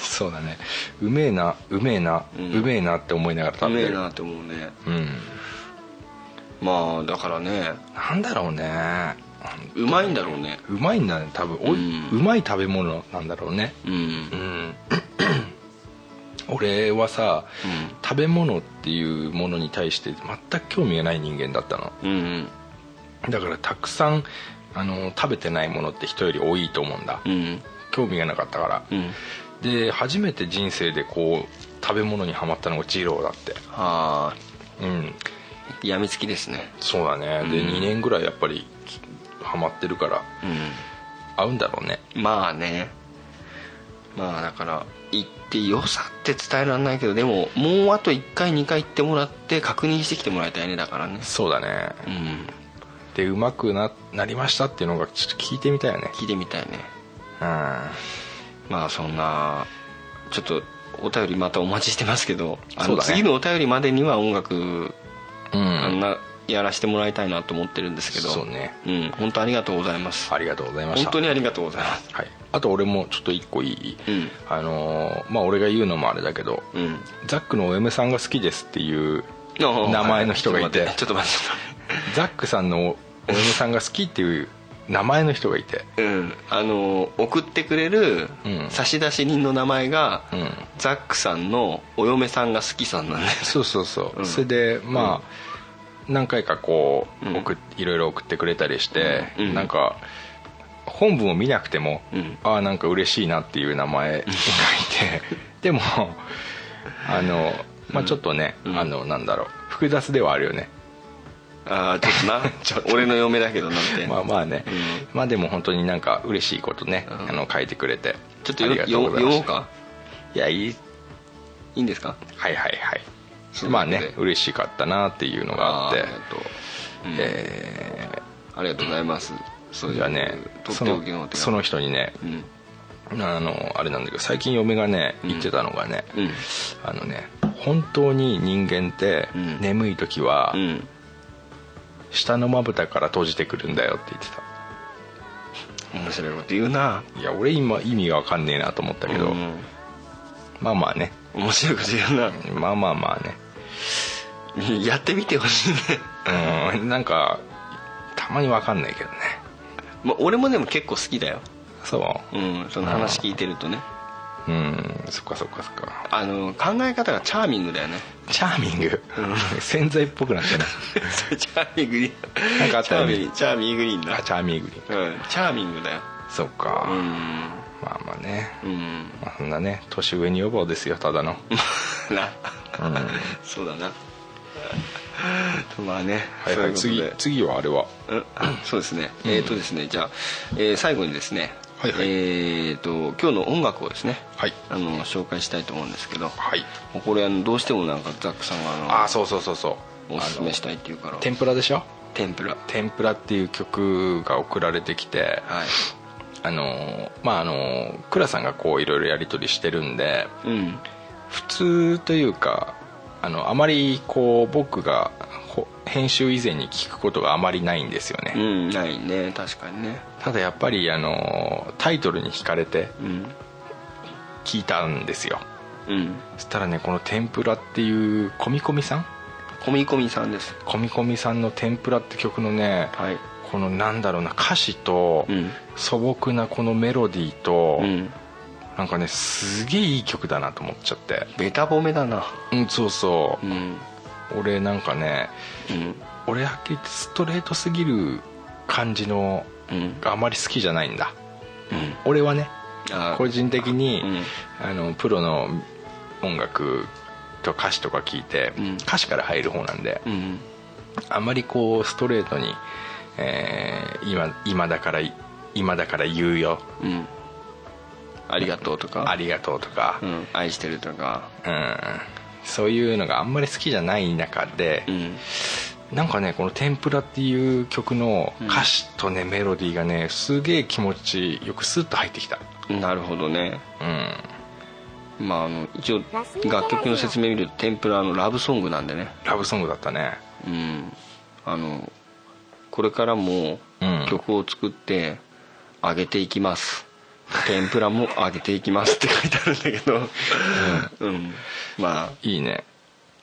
そうだねうめえなうめえな、ううんめえなって思いながらう [laughs] 食べめてえるなって思うねうんまあだからねなんだろうねうまいんだろうねうまいんだね多分おい、うんうまい食べ物なんだろうねううんん俺はさ、うん食べ物っていうものに対して全く興味がない人間だったのうんうんだからたくさんあの食べてないものって人より多いと思うんだ、うん興味がなかったから、うんで初めて人生でこう食べ物にはまったのが二郎だってああうんやみつきですねそうだね、でうん2年ぐらいやっぱりきハマってるからうん合うんだろうねまあねまあだから行って良さって伝えられないけどでももうあと1回2回行ってもらって確認してきてもらいたいねだからねそうだねうんでうまくななりましたっていうのがちょっと聞いてみたいよね聞いてみたいねうんまあそんなちょっとお便りまたお待ちしてますけどあのそうだね次のお便りまでには音楽うあんんなやらしてもらいたいなと思ってるんですけどそうねうん本当ありがとうございますありがとうございま本した当にありがとうございますはい、あと俺もちょっと一個いい、うんあのーまあ俺が言うのもあれだけど、うんザックのお嫁さんが好きですっていう名前の人がいちょっとて、待ってちょっと待ってザックさんのお嫁さんが好きっていう名前の人がいてうん、あの送ってくれるうん差出人の名前が、うんザックさんのお嫁さんが好きさんなんですそうそうそう、うんそれでまあ、何回かこう、うん送っいろいろ送ってくれたりして、うんなんか本文を見なくても、うんああなんか嬉しいなっていう名前がいてでもあの、まあ、ちょっとね、うんあのなんだろう複雑ではあるよねああちょっと [laughs] な俺の嫁だけどなんて、まあまあね、うまあでも本当になんか嬉しいことね、うんあの書いてくれてちょっとあよりがとうよございま読すもうかいやいいいいんですかはいはいはいそういうことでまあね嬉しかったなっていうのがあっあてーありがとう、うんえーありがとうございます、そういうじゃあねとってそおのきのお手紙その人にねうんあのあれなんだけど最近嫁がね言ってたのがね、うんあのね本当に人間ってうん眠い時はうん下のまぶたから閉じてくるんだよって言って面白いこと言うなたいや俺今意味が分かんねえなと思ったけど、うんまあまあね面白いこと言うなまあまあまあねやってみてほしいねうんなんかたまに分かんないけどねまあ俺もでも結構好きだよそうんその話聞いてるとねううんそっかそっかそっかあの考え方がチャーミングだよねチャーミング、 [laughs] 潜在っぽく [laughs] なってないそれチャーミングになんかあったよねチャーミングチャーミングいいんだあチャーミングにうんチャーミングだよそっか、うんまあまあね、うん [laughs] まあ、そんなね年上に予防ですよただのなうんそうだなまあねはいはいそう次うことで次はあれはうんそうですね、うんえっ、とですねじゃあ、えー最後にですね、はいはいえっ、と今日の音楽をですね、はいあの紹介したいと思うんですけど、はいこれあのどうしてもなんかザックさんがあのああそうそうそうそうおすすめしたいいっていうから天ぷらでしょ天ぷら天ぷらっていう曲が送られてきて、はいあのーまああのー倉さんがこういろいろやり取りしてるんでうん普通というかあのあまりこう僕がほ編集以前に聞くことがあまりないんですよね、うんないね確かにねただやっぱりあのータイトルに惹かれてうん聞いたんですようんそしたらねこの天ぷらっていうコミコミさんコミコミさんですコミコミさんの「天ぷら」って曲のねはいこのなんだろうな歌詞とうん素朴なこのメロディーと、うんなんかねすげえいい曲だなと思っちゃってベタ褒めだなうんそうそうう、ん俺なんかねうん俺はっきり言ってストレートすぎる感じのうんがあまり好きじゃないんだうん俺はねあー個人的に、うんあのプロの音楽と歌詞とか聞いて、うん歌詞から入る方なんでうんあまりこうストレートに、えー今今だから今だから言うようんありがとうとかありがとうとか、うん愛してるとかうんそういうのがあんまり好きじゃない中で、うんなんかねこの「天ぷら」っていう曲の歌詞とね、メロディーがねすげえ気持ちよくスッと入ってきたなるほどねうんまああの一応楽曲の説明見ると天ぷらのラブソングなんでねラブソングだったねうんあのこれからもうん曲を作って上げていきます、天ぷらも上げていきますって書いてあるんだけどうん、まあいいね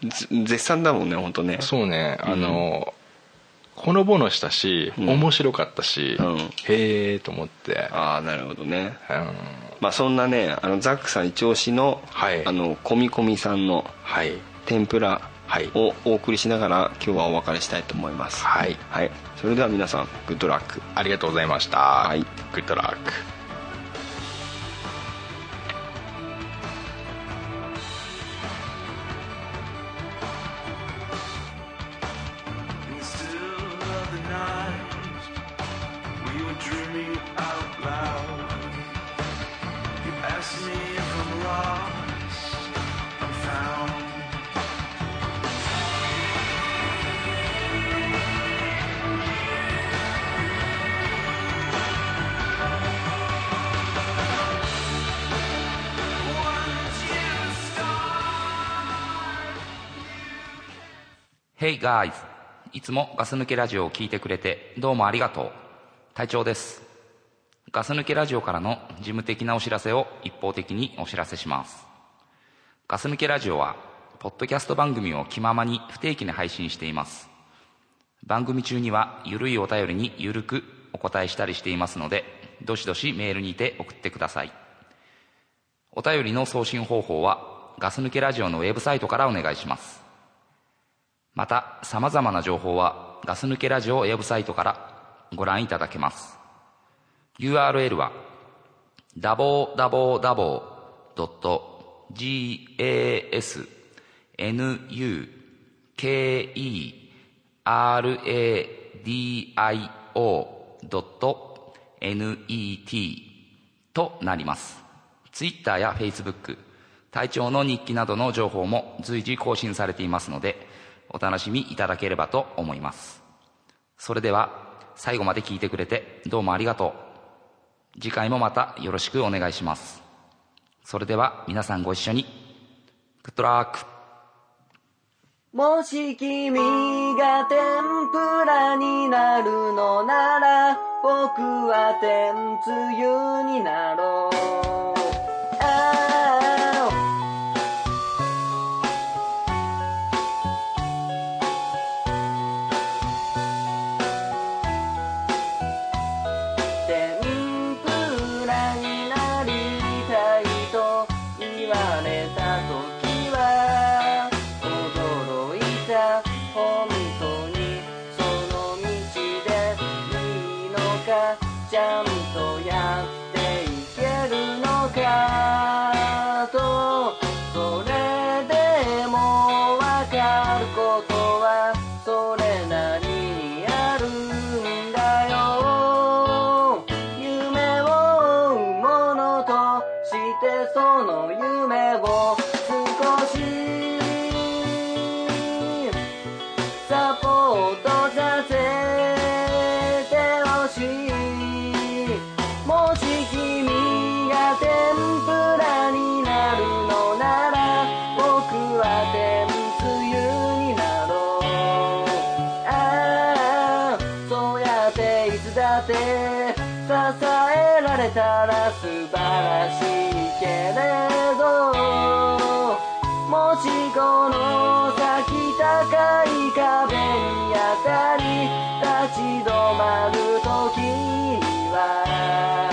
ぜ絶賛だもんね本当ねそうねあの、ほのぼのしたし、うん面白かったし、うんへえと思ってああなるほどねうんまあそんなねあのザックさん一押しの、はいあのコミコミさんのはい天ぷらはいをお送りしながら今日はお別れしたいと思いますはいはい、それでは皆さんグッドラックありがとうございました、いグッドラック In the still of the night, we were dreaming out loud. You asked me if I'm lost, I'm found. Once you start. Hey guys! いつもガス抜けラジオを聞いてくれてどうもありがとう。隊長です。ガス抜けラジオからの事務的なお知らせを一方的にお知らせします。ガス抜けラジオは、ポッドキャスト番組を気ままに不定期に配信しています。番組中には、ゆるいお便りにゆるくお答えしたりしていますので、どしどしメールにて送ってください。お便りの送信方法は、ガス抜けラジオのウェブサイトからお願いします。また、様々な情報は、ガス抜けラジオウェブサイトからご覧いただけます。URL は、www.gasnukeradio.net となります。Twitter や Facebook、体調の日記などの情報も随時更新されていますので、お楽しみいただければと思います。それでは、最後まで聞いてくれてどうもありがとう。次回もまたよろしくお願いします。それでは皆さんご一緒に、グッドラックもし君が天ぷらになるのなら僕は天つゆになろうああ天ぷらになりたいと言われた時は驚いた本当にその道でいいのかちゃんとやサポートさせてほしいもし君が天ぷらになるのなら僕は天つゆになろうああそうやっていつだって支えられたら素晴らしいけれどもしこの先高い壁に当たり立ち止まる時には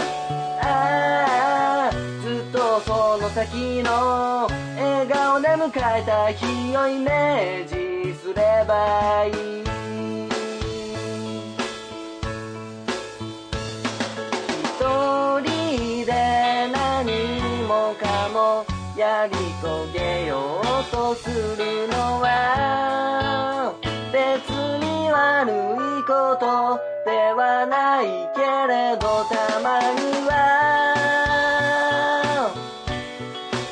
ああずっとその先の笑顔で迎えた日をイメージすればいい一人で何もかもやり遂げようとするのは別に悪いことではないけれどたまには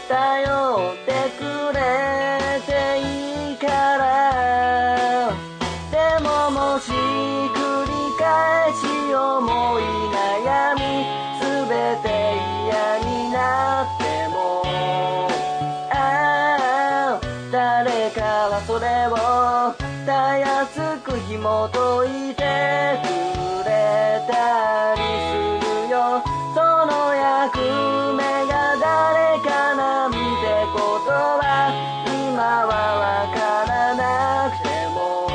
頼ってくれていいからでももし繰り返し思い悩みすべて嫌になってもああ誰かはそれをたやすく紐解いてくれたりするよその役目が誰かなんてことは今はわからなくても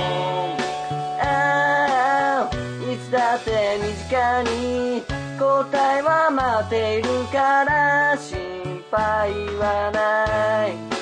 ああいつだって身近に答えは待っているから心配はない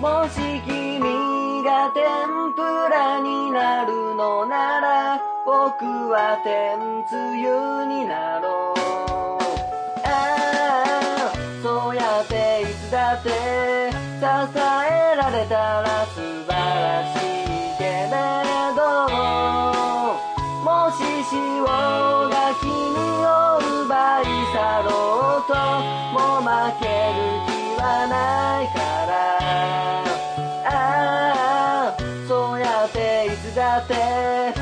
もし君が天ぷらになるのなら僕は天つゆになろうああそうやっていつだって支えられたら素晴らしいけれどもし潮が君を奪い去ろうとも負ける気はないからああそうやっていつだって支